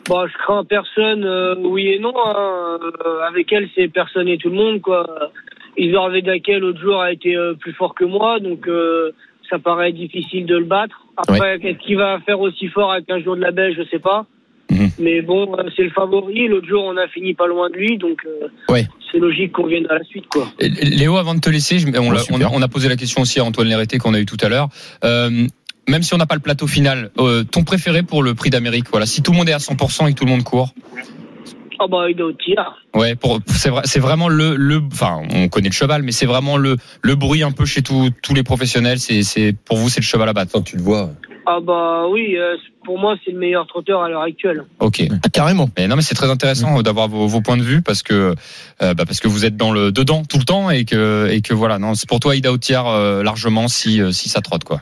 Speaker 8: Bon, je crains personne, euh, oui et non, hein. Euh, avec elle c'est personne et tout le monde, quoi. Isor Vedakel l'autre jour a été euh, plus fort que moi, donc euh, ça paraît difficile de le battre. Après, qu'est-ce qu'il va faire aussi fort à 15 jours de la baie, je sais pas.
Speaker 2: Mhm.
Speaker 8: Mais bon, euh, c'est le favori. L'autre jour, on a fini pas loin de lui, donc euh,
Speaker 2: Ouais.
Speaker 8: c'est logique qu'on vienne à la suite, quoi.
Speaker 2: Et Léo, avant de te laisser, je- on,
Speaker 6: Ouais,
Speaker 2: l'a- on a,
Speaker 6: super.
Speaker 2: on a posé la question aussi à Antoine Léreté qu'on a eu tout à l'heure. Euh, même si on n'a pas le plateau final, euh, ton préféré pour le prix d'Amérique, voilà. Si tout le monde est à 100% et que tout le monde court,
Speaker 8: Ah bah, il est au tir.
Speaker 2: ouais, pour, c'est vrai, c'est vraiment le, le, enfin, on connaît le cheval, mais c'est vraiment le, le bruit un peu chez tous tous les professionnels. C'est, c'est, pour vous, c'est le cheval à battre.
Speaker 3: Quand tu le vois.
Speaker 8: Ah bah oui, euh, pour moi, c'est le meilleur trotteur à l'heure actuelle.
Speaker 2: Ok.
Speaker 3: Ah, carrément.
Speaker 2: Mais non, mais c'est très intéressant euh, d'avoir vos, vos points de vue parce que euh, bah, parce que vous êtes dans le dedans tout le temps et que et que voilà. Non, c'est pour toi Ida Otiar euh, largement si euh, si ça trotte quoi.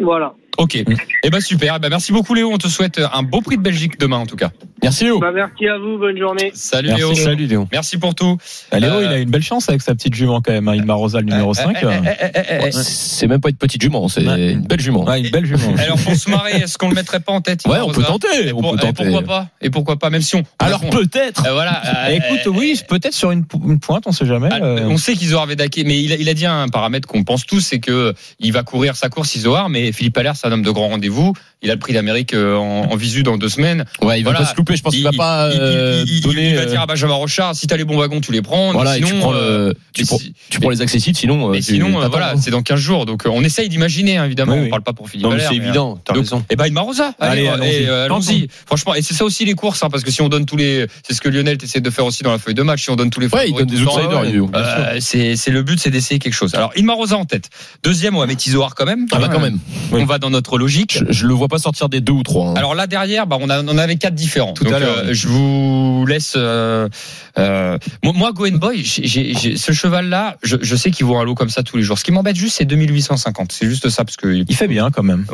Speaker 8: Voilà.
Speaker 2: Ok. et Eh ben super. Eh ben, merci beaucoup Léo. On te souhaite un beau prix de Belgique demain en tout cas.
Speaker 6: Merci Léo.
Speaker 8: Bah, merci à vous, bonne journée.
Speaker 2: Salut
Speaker 5: Merci,
Speaker 2: Léo.
Speaker 5: salut,
Speaker 3: Léon.
Speaker 2: Merci pour tout.
Speaker 5: Ah, Léo,
Speaker 2: Euh,
Speaker 5: il a une belle chance avec sa petite jument quand même, hein, Ilma Rosa, le numéro hein. 5.
Speaker 2: Eh,
Speaker 6: euh.
Speaker 2: eh, eh, eh, eh, eh.
Speaker 6: Ouais, C'est même pas une petite jument, c'est
Speaker 5: Ouais.
Speaker 6: une belle
Speaker 2: euh,
Speaker 6: jument.
Speaker 5: Ouais, une belle jument.
Speaker 2: eh. Alors pour se marrer, est-ce qu'on le mettrait pas en tête
Speaker 6: Ouais,
Speaker 2: Ivan
Speaker 6: on peut
Speaker 2: Rosa
Speaker 6: tenter.
Speaker 2: Et
Speaker 6: On
Speaker 2: pour-
Speaker 6: peut
Speaker 2: et
Speaker 6: tenter.
Speaker 2: pourquoi pas Et pourquoi pas Même si on.
Speaker 6: Alors Bah, peut-être.
Speaker 2: Euh, voilà.
Speaker 5: Eh,
Speaker 2: euh,
Speaker 5: écoute, oui, peut-être sur une, pou- une pointe, on sait jamais.
Speaker 2: Ah,
Speaker 5: euh.
Speaker 2: On sait qu'Isoar Vedake, mais il a, il a dit un paramètre qu'on pense tous, c'est que il va courir sa course Isoar, mais Philippe Allaire, c'est un homme de grand rendez-vous. Il a le prix d'Amérique euh, en, en visu dans deux semaines.
Speaker 6: Ouais, il va
Speaker 2: Euh, Voilà.
Speaker 6: pas se louper. Je pense qu'il va pas
Speaker 2: il- il-
Speaker 6: euh,
Speaker 2: il- il-
Speaker 6: donner.
Speaker 2: il va
Speaker 6: euh,
Speaker 2: dire à Benjamin Rochard, si t'as les bons wagons, tu les prends. mais
Speaker 6: Voilà, et
Speaker 2: sinon,
Speaker 6: tu prends,
Speaker 2: euh,
Speaker 6: le- tu
Speaker 2: mais
Speaker 6: prends,
Speaker 2: si-
Speaker 6: tu prends les accessites, sinon. euh,
Speaker 2: mais
Speaker 6: tu-
Speaker 2: sinon, euh,
Speaker 6: t'attends,
Speaker 2: voilà,
Speaker 6: hein.
Speaker 2: c'est dans 15 jours. Donc, euh, on essaye d'imaginer, hein, évidemment.
Speaker 5: Oui,
Speaker 2: On
Speaker 5: oui.
Speaker 2: parle pas pour Philippe
Speaker 3: Non, mais
Speaker 2: Allaire,
Speaker 3: c'est
Speaker 2: mais,
Speaker 3: évident, t'as
Speaker 2: donc,
Speaker 3: raison.
Speaker 2: Eh ben, il Rosa. Allez,
Speaker 5: Allez,
Speaker 2: euh,
Speaker 5: allons-y.
Speaker 2: et, euh, allons-y.
Speaker 5: Tentons.
Speaker 2: Franchement, et c'est ça aussi les courses, hein, parce que si on donne tous les, c'est ce que Lionel essaie de faire aussi dans la feuille de match, si on donne tous les
Speaker 6: Ouais, il
Speaker 2: favoris
Speaker 6: donne des
Speaker 2: tout le temps,
Speaker 6: outsiders, Yo.
Speaker 2: euh, c'est c'est le but, c'est d'essayer quelque chose. Alors, Ilma Rosa en tête. Deuxième, on va mettre Isoar quand même.
Speaker 6: Ah bah quand même.
Speaker 2: On va dans notre logique.
Speaker 6: Je, je le vois pas sortir des deux ou trois. hein.
Speaker 2: Alors là derrière, bah on, a, on avait quatre différents.
Speaker 6: Tout à
Speaker 2: Donc,
Speaker 6: l'heure,
Speaker 2: euh,
Speaker 6: oui.
Speaker 2: je vous laisse. euh, euh, moi, moi, Go and Boy, j'ai- j'ai- j'ai- ce cheval-là, je, je sais qu'il vaut un lot comme ça tous les jours. Ce qui m'embête juste, c'est 2850. C'est juste ça, parce que
Speaker 5: Il fait bien quand même,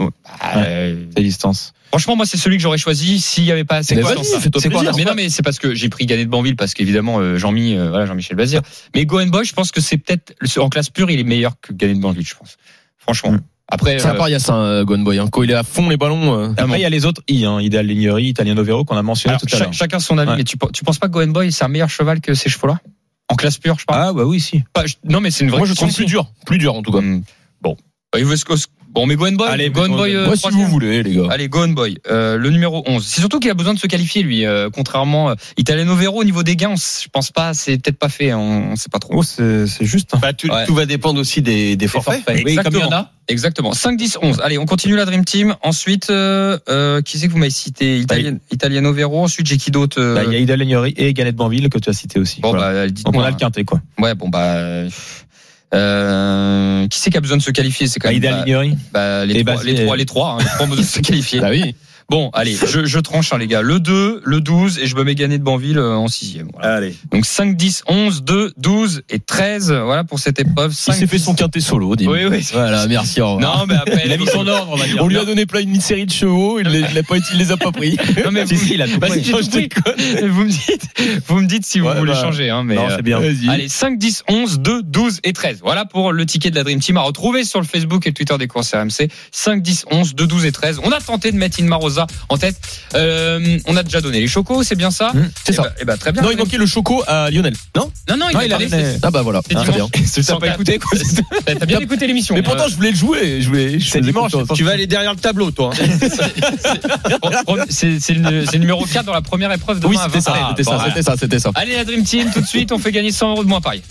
Speaker 2: euh,
Speaker 5: ses distances.
Speaker 2: franchement, moi, c'est celui que j'aurais choisi s'il n'y avait pas. C'est
Speaker 6: Mais
Speaker 2: quoi
Speaker 6: vas-y,
Speaker 2: ça
Speaker 6: fais-toi
Speaker 2: C'est quoi
Speaker 6: plaisir.
Speaker 2: Mais non, mais c'est parce que j'ai pris Gagné de Banville parce qu'évidemment euh, Jean-Mi, euh, voilà, Jean-Michel Bazir. Mais Go and Boy, je pense que c'est peut-être en classe pure, il est meilleur que Gagné de Banville, je pense. Franchement.
Speaker 5: Mm.
Speaker 2: Après,
Speaker 6: Ça
Speaker 2: euh,
Speaker 6: part, il y a ça, euh, Gone Boy. hein. Quand il est à fond les ballons. euh,
Speaker 5: Après, il y a les autres I, hein, Ideal Lignery, Italiano Vero, qu'on a mentionné
Speaker 2: Ah, alors,
Speaker 5: tout à
Speaker 2: cha-
Speaker 5: l'heure.
Speaker 2: chacun son avis.
Speaker 5: Ouais.
Speaker 2: Mais tu, pe- tu penses pas que Go and Boy c'est un meilleur cheval que ces chevaux-là en classe pure, je parle.
Speaker 5: Ah, bah oui, si.
Speaker 2: Pas- je- non, mais c'est une vraie
Speaker 6: Moi, je le
Speaker 2: question
Speaker 6: trouve plus
Speaker 2: aussi.
Speaker 6: dur. Plus dur, en tout cas.
Speaker 2: Mm. Bon, Bah, il veut se cause- bon, mais Go and Boy.
Speaker 5: Allez,
Speaker 2: Go and
Speaker 5: mettons
Speaker 2: Boy.
Speaker 5: Go and
Speaker 2: euh,
Speaker 6: Moi, si
Speaker 2: troisième.
Speaker 6: vous voulez, les gars.
Speaker 2: Allez, Go and Boy, euh, le numéro 11. C'est surtout qu'il a besoin de se qualifier, lui. euh, contrairement, euh, Italiano Vero, au niveau des gains, on s- je pense pas, c'est peut-être pas fait, hein, on, on sait pas trop.
Speaker 5: Oh, c'est c'est juste. hein.
Speaker 3: Bah, tu-
Speaker 2: Ouais.
Speaker 3: Tout va dépendre aussi des, des forfaits.
Speaker 2: Parfait.
Speaker 5: Oui,
Speaker 2: Exactement.
Speaker 5: comme il y en a.
Speaker 2: Exactement. 5, 10, 11. Allez, on continue la Dream Team. Ensuite, euh, euh, qui c'est que vous m'avez cité Italien- Italiano Vero. Ensuite, j'ai qui d'autre euh,
Speaker 5: Bah, Il y a Ideal Lignery et Galette Banville que tu as cité aussi.
Speaker 2: Bon,
Speaker 5: Voilà.
Speaker 2: bah, dites-moi.
Speaker 5: Donc on a le quintet, quoi.
Speaker 2: Ouais, bon, bah. euh, euh, qui c'est qui a besoin de se qualifier C'est quand
Speaker 5: Bah,
Speaker 2: même
Speaker 5: Ideal
Speaker 2: bah,
Speaker 5: Lignery.
Speaker 2: bah, les, trois,
Speaker 5: Et bah,
Speaker 2: les
Speaker 5: c'est-
Speaker 2: trois, les trois, hein, les trois ont besoin de se qualifier.
Speaker 6: Bah oui.
Speaker 2: Bon, allez, je, je tranche, hein, les gars. Le 2, le 12, et je me mets gagner de Banville euh, en 6
Speaker 5: Allez.
Speaker 2: Donc 5, 10, 11, 2, 12 et 13. Voilà pour cette épreuve.
Speaker 6: Il
Speaker 2: 5,
Speaker 6: s'est fait son quintet solo. dis-moi.
Speaker 2: Oui, oui.
Speaker 6: Voilà, merci. au revoir.
Speaker 2: Non, mais après.
Speaker 6: Il a mis son
Speaker 2: ordre, on va
Speaker 6: On lui a donné plein une série de chevaux. Il les, il a pas, il les a pas pris.
Speaker 2: Non, mais vous,
Speaker 5: Si, si, il a tout
Speaker 2: Bah, si,
Speaker 5: pris.
Speaker 2: j'ai tout pris. vous me dites, vous me dites si vous
Speaker 5: Ouais,
Speaker 2: voulez
Speaker 5: bah,
Speaker 2: changer, hein, mais.
Speaker 5: Non,
Speaker 2: euh,
Speaker 5: c'est bien.
Speaker 6: Vas-y.
Speaker 2: Allez, 5, 10, 11, 2, 12 et 13. Voilà pour le ticket de la Dream Team à retrouver sur le Facebook et le Twitter des courses RMC. 5, 10, 11, 2, 12 et 13. On a tenté de mettre Inma Rosa en tête. Euh, on a déjà donné les chocos, c'est bien ça
Speaker 5: Hum,
Speaker 6: c'est
Speaker 2: Eh
Speaker 6: ça.
Speaker 2: ben- eh ben, très bien.
Speaker 6: Non, il manquait le choco à Lionel. Non
Speaker 2: non, non, il
Speaker 5: Non,
Speaker 2: a
Speaker 5: il a
Speaker 2: parlé,
Speaker 5: donné-
Speaker 2: c'est-
Speaker 6: Ah bah voilà.
Speaker 2: C'est
Speaker 6: Ah, très bien.
Speaker 2: dimanche.
Speaker 5: C'est ça, pas écouté, quoi.
Speaker 2: T'as bien écouté l'émission. Euh,
Speaker 6: Mais pourtant, je voulais le jouer. Je voulais. je
Speaker 5: C'est
Speaker 6: voulais
Speaker 5: dimanche.
Speaker 6: confiance.
Speaker 3: Tu vas aller derrière le tableau, toi. hein.
Speaker 2: Euh, c'est c'est le, c'est le numéro 4 dans la première épreuve demain
Speaker 6: Oui,
Speaker 2: à
Speaker 6: c'était ça.
Speaker 2: 20.
Speaker 6: C'était ça.
Speaker 2: Ah, bon,
Speaker 6: C'était ça. C'était ça.
Speaker 2: Allez, la Dream Team, tout de suite, on fait gagner 100 euros de moins à Paris.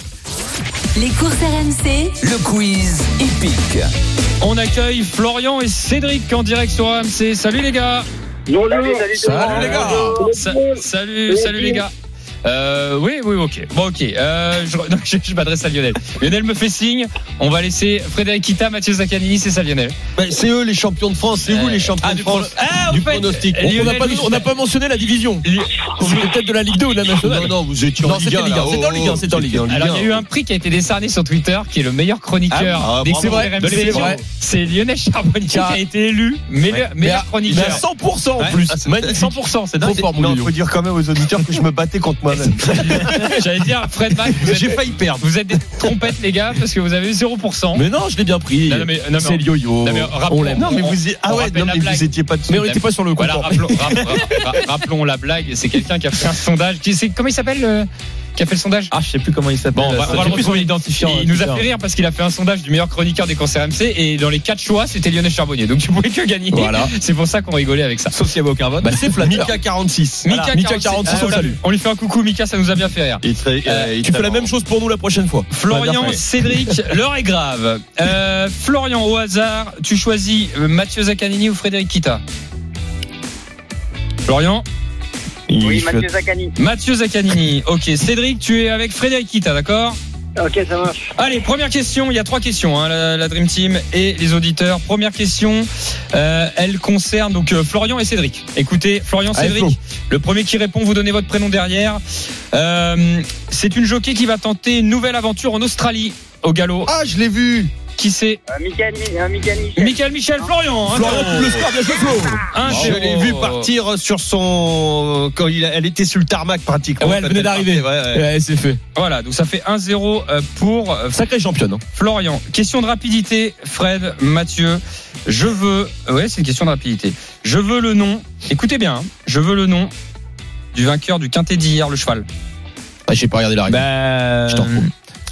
Speaker 4: Les courses RMC,
Speaker 1: Le quiz épique.
Speaker 2: On accueille Florian et Cédric en direct sur AMC. Salut les gars.
Speaker 7: Bonjour.
Speaker 6: Salut, les gars.
Speaker 2: Sa- salut, salut les gars. Euh, oui, oui, ok. Bon, ok. Euh, je non, je- je m'adresse à Lionel. Lionel me fait signe. On va laisser Frédéric Kita, Mathieu Zaccanini, c'est ça Lionel.
Speaker 3: Bah, c'est eux les champions de France, c'est vous les champions
Speaker 2: Ah,
Speaker 3: de
Speaker 2: du pro-
Speaker 3: France.
Speaker 2: Ah, en
Speaker 3: du
Speaker 2: fait,
Speaker 3: pronostic.
Speaker 2: euh,
Speaker 6: On
Speaker 2: Lionel
Speaker 6: on n'a pas,
Speaker 2: Louis-
Speaker 6: on n'a pas mentionné la division.
Speaker 2: Lui-
Speaker 6: C'était peut-être de la Ligue 2 ou de la nationale.
Speaker 3: Non, non, vous étiez
Speaker 6: Non,
Speaker 3: en Ligue Oh,
Speaker 6: c'était
Speaker 3: 1.
Speaker 6: Ligue 1, c'était en Ligue 1, c'était en Ligue 1.
Speaker 2: Alors, il y a eu un prix qui a été décerné sur Twitter qui est le meilleur chroniqueur
Speaker 3: Ah, ah,
Speaker 2: des
Speaker 3: bravo.
Speaker 2: cours
Speaker 6: C'est vrai,
Speaker 2: RMC.
Speaker 6: bah, c'est vrai.
Speaker 2: C'est Lionel Charbonnier qui a été élu meilleur, meilleur
Speaker 6: Il a
Speaker 2: chroniqueur.
Speaker 6: 100% en
Speaker 3: Ouais.
Speaker 6: plus.
Speaker 3: Ah, c'est-
Speaker 6: Magnifique. 100%, c'est trop fort,
Speaker 3: Non,
Speaker 6: mon
Speaker 3: faut dire quand même aux auditeurs que je me battais contre moi-même.
Speaker 2: J'allais dire, Fred Mac, vous
Speaker 3: J'ai
Speaker 2: êtes,
Speaker 3: failli perdre.
Speaker 2: vous êtes des trompettes, les gars, parce que vous avez 0%.
Speaker 6: Mais non, je l'ai bien pris.
Speaker 2: Non, non, mais- non, mais-
Speaker 6: C'est le yo-yo.
Speaker 2: Non, mais rappelons-
Speaker 6: On l'aime.
Speaker 3: Non, mais
Speaker 2: On-
Speaker 3: vous y-
Speaker 2: on
Speaker 3: ah ouais,
Speaker 2: rappelle
Speaker 3: non,
Speaker 2: la
Speaker 3: mais
Speaker 2: blague.
Speaker 3: vous étiez pas dessus.
Speaker 6: Mais on n'était pas sur le coup.
Speaker 2: Voilà, rappelons, rap- rap- rap- rappelons la blague. C'est quelqu'un qui a fait un sondage. Qui, c'est- comment il s'appelle euh, qui a fait le sondage Euh,
Speaker 5: Ah, je sais plus comment il s'appelle.
Speaker 2: Bon, on va- on va
Speaker 5: Je sais
Speaker 2: le
Speaker 5: plus son
Speaker 2: retrouver.
Speaker 5: identifiant.
Speaker 2: Il nous a fait rire parce qu'il a fait un sondage du meilleur chroniqueur des concerts MC et dans les quatre choix, c'était Lionel Charbonnier. Donc tu pouvais que gagner.
Speaker 6: Voilà.
Speaker 2: C'est pour ça qu'on rigolait avec ça.
Speaker 5: Sauf s'il y avait aucun vote.
Speaker 6: Bah, c'est flatteur.
Speaker 3: Mika 46.
Speaker 5: Voilà. Mika
Speaker 2: 46,
Speaker 5: 46,
Speaker 2: on,
Speaker 5: on salue.
Speaker 2: lui fait un coucou, Mika, ça nous a bien fait rire.
Speaker 3: Il te- euh, il
Speaker 6: Tu
Speaker 3: te-
Speaker 6: fais la même chose pour nous la prochaine fois.
Speaker 2: Florian,
Speaker 5: bien fait.
Speaker 2: Cédric, l'heure est grave. Euh, Florian, au hasard, tu choisis euh, Mathieu Zaccanini ou Frédéric Kita Florian
Speaker 5: Il
Speaker 8: Oui,
Speaker 5: fait-
Speaker 8: Mathieu Zacani.
Speaker 2: Mathieu Zaccanini. Ok, Cédric, tu es avec Frédéric Kita, d'accord
Speaker 8: Ok, ça marche.
Speaker 2: Allez, première question. Il y a trois questions, hein, la, la Dream Team et les auditeurs. Première question, euh, elle concerne donc euh, Florian et Cédric. Écoutez, Florian,
Speaker 3: Allez,
Speaker 2: Cédric, le premier qui répond, vous donnez votre prénom derrière. Euh, c'est une jockey qui va tenter une nouvelle aventure en Australie au galop.
Speaker 3: Ah, je l'ai vu.
Speaker 2: Qui c'est
Speaker 8: Euh, Michael, Mi- euh, Michael Michel.
Speaker 2: Michael Michel Florian. hein,
Speaker 3: Florian,
Speaker 2: non.
Speaker 3: tu le score, bien joué, Flo.
Speaker 2: Un
Speaker 3: Je
Speaker 2: zéro.
Speaker 3: l'ai vu
Speaker 6: Oh.
Speaker 3: partir sur son quand il a- elle était sur le tarmac pratiquement.
Speaker 6: Ouais, elle
Speaker 3: Quand
Speaker 6: venait d'arriver.
Speaker 3: partait, ouais, ouais.
Speaker 6: Ouais, c'est fait.
Speaker 2: Voilà, donc ça fait 1-0 euh, pour euh,
Speaker 6: Sacré championne. hein.
Speaker 2: Florian, question de rapidité, Fred, Mathieu, je veux. Ouais, c'est une question de rapidité. Je veux le nom. Écoutez bien, hein. je veux le nom du vainqueur du quintet d'hier, le cheval.
Speaker 6: Ah, j'ai pas regardé la règle.
Speaker 5: Bah.
Speaker 6: Je t'en fous.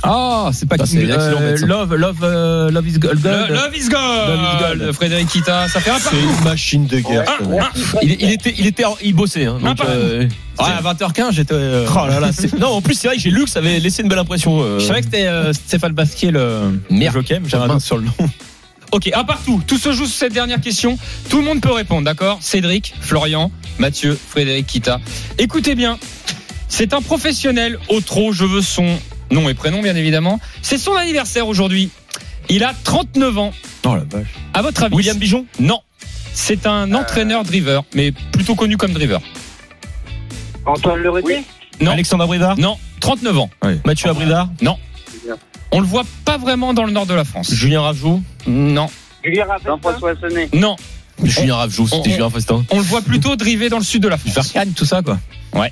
Speaker 5: Ah, c'est pas
Speaker 6: Ça,
Speaker 5: King-
Speaker 6: c'est excellent,
Speaker 5: euh,
Speaker 6: bête, ça.
Speaker 5: Love, Love, euh, Love is Gold.
Speaker 2: Le- love is
Speaker 5: Love is
Speaker 2: gold.
Speaker 5: gold.
Speaker 2: Frédéric Kita, ça fait un
Speaker 3: C'est une machine de guerre.
Speaker 2: par.
Speaker 3: ce
Speaker 2: Un,
Speaker 3: mec.
Speaker 2: un.
Speaker 6: Il, il était, il était, en- il bossait.
Speaker 3: Ah,
Speaker 6: Hein,
Speaker 2: Un
Speaker 6: donc,
Speaker 2: partout.
Speaker 6: euh,
Speaker 5: Ouais, à 20h15, j'étais. euh,
Speaker 6: oh là là, c'est- non, en plus c'est vrai que j'ai lu que ça avait laissé une belle impression. euh.
Speaker 5: Je savais que c'était euh, Stéphane Basquier le.
Speaker 6: Merde.
Speaker 5: le jockey, mais j'avais un doute sur le nom.
Speaker 2: Ok, un partout. Tout se joue sur cette dernière question. Tout le monde peut répondre, d'accord Cédric, Florian, Mathieu, Frédéric Kita. Écoutez bien, c'est un professionnel au trot. Je veux son nom et prénom, bien évidemment. C'est son anniversaire aujourd'hui. Il a 39 ans.
Speaker 5: Non, la vache.
Speaker 2: À votre avis
Speaker 6: William Bijon. Euh.
Speaker 2: Non. C'est un entraîneur driver, mais plutôt connu comme driver.
Speaker 8: Antoine Lereté
Speaker 2: Non.
Speaker 5: Alexandre Brédard
Speaker 2: Non, 39 ans.
Speaker 5: Mathieu Abridard
Speaker 2: On le voit pas vraiment dans le nord de la France.
Speaker 6: Julien Ravjou.
Speaker 2: Non.
Speaker 8: Julien Raphaël. Jean-François Sonnet.
Speaker 2: Non.
Speaker 6: Julien Ravjou,
Speaker 2: on-
Speaker 6: c'était Julien Festin.
Speaker 2: On le voit plutôt driver dans le sud de la France.
Speaker 5: Farkan, tout ça, quoi.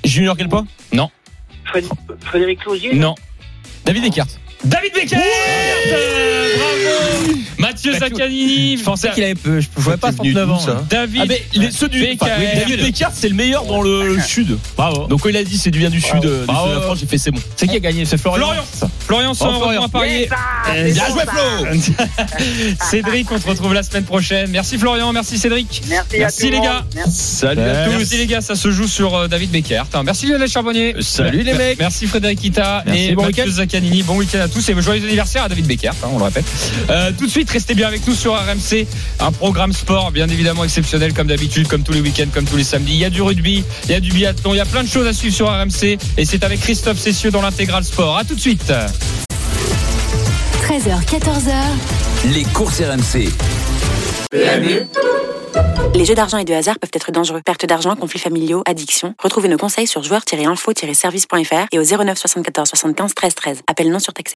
Speaker 6: Junior quel point
Speaker 8: Fréd- Frédéric Closier
Speaker 2: Non.
Speaker 6: David Descartes.
Speaker 2: David Becker Bravo Mathieu Zaccanini
Speaker 5: Je pensais qu'il avait. peu- Je pouvais pas
Speaker 3: C'est venu
Speaker 5: 39
Speaker 3: d'où,
Speaker 5: ans.
Speaker 3: ça
Speaker 2: David
Speaker 6: Ah, mais les- ceux du.
Speaker 2: Becker.
Speaker 6: enfin, oui, David Descartes, c'est le meilleur dans le sud.
Speaker 5: Bravo.
Speaker 6: Donc quand il a dit c'est du bien du sud, euh, du
Speaker 5: Bravo.
Speaker 6: sud de la France, j'ai fait c'est bon.
Speaker 5: C'est qui a gagné C'est Florian.
Speaker 2: Florian. Oh, Florian sans
Speaker 5: Bravo, Florian.
Speaker 2: à parier. Euh,
Speaker 3: Bien joué, Flo.
Speaker 2: Cédric, on se retrouve la semaine prochaine. Merci Florian, merci Cédric.
Speaker 8: Merci, à
Speaker 2: Merci,
Speaker 8: tout le
Speaker 2: les
Speaker 8: monde.
Speaker 2: gars.
Speaker 8: Merci.
Speaker 3: Salut à
Speaker 5: Ouais.
Speaker 2: Tous
Speaker 3: tous.
Speaker 2: aussi les gars, ça se joue sur euh, David Becker. Merci Lionel Charbonnier.
Speaker 3: Salut les mecs.
Speaker 2: Euh, Merci Frédéric Kita
Speaker 5: Merci,
Speaker 2: et
Speaker 5: bon
Speaker 2: Mathieu Zaccanini. Bon week-end à tous et joyeux anniversaire à David Becker, hein, on le répète. Euh, tout de suite, restez bien avec nous sur RMC. Un programme sport bien évidemment exceptionnel comme d'habitude, comme tous les week-ends, comme tous les samedis. Il y a du rugby, il y a du biathlon, il y a plein de choses à suivre sur RMC. Et c'est avec Christophe Cessieux dans l'intégral sport. À tout de suite.
Speaker 4: 13h, 14h,
Speaker 1: Les courses RMC.
Speaker 9: Les jeux d'argent et de hasard peuvent être dangereux. Perte d'argent, conflits familiaux, addiction. Retrouvez nos conseils sur joueurs-info-service.fr et au 09 74 75 13 13. Appel non surtaxé.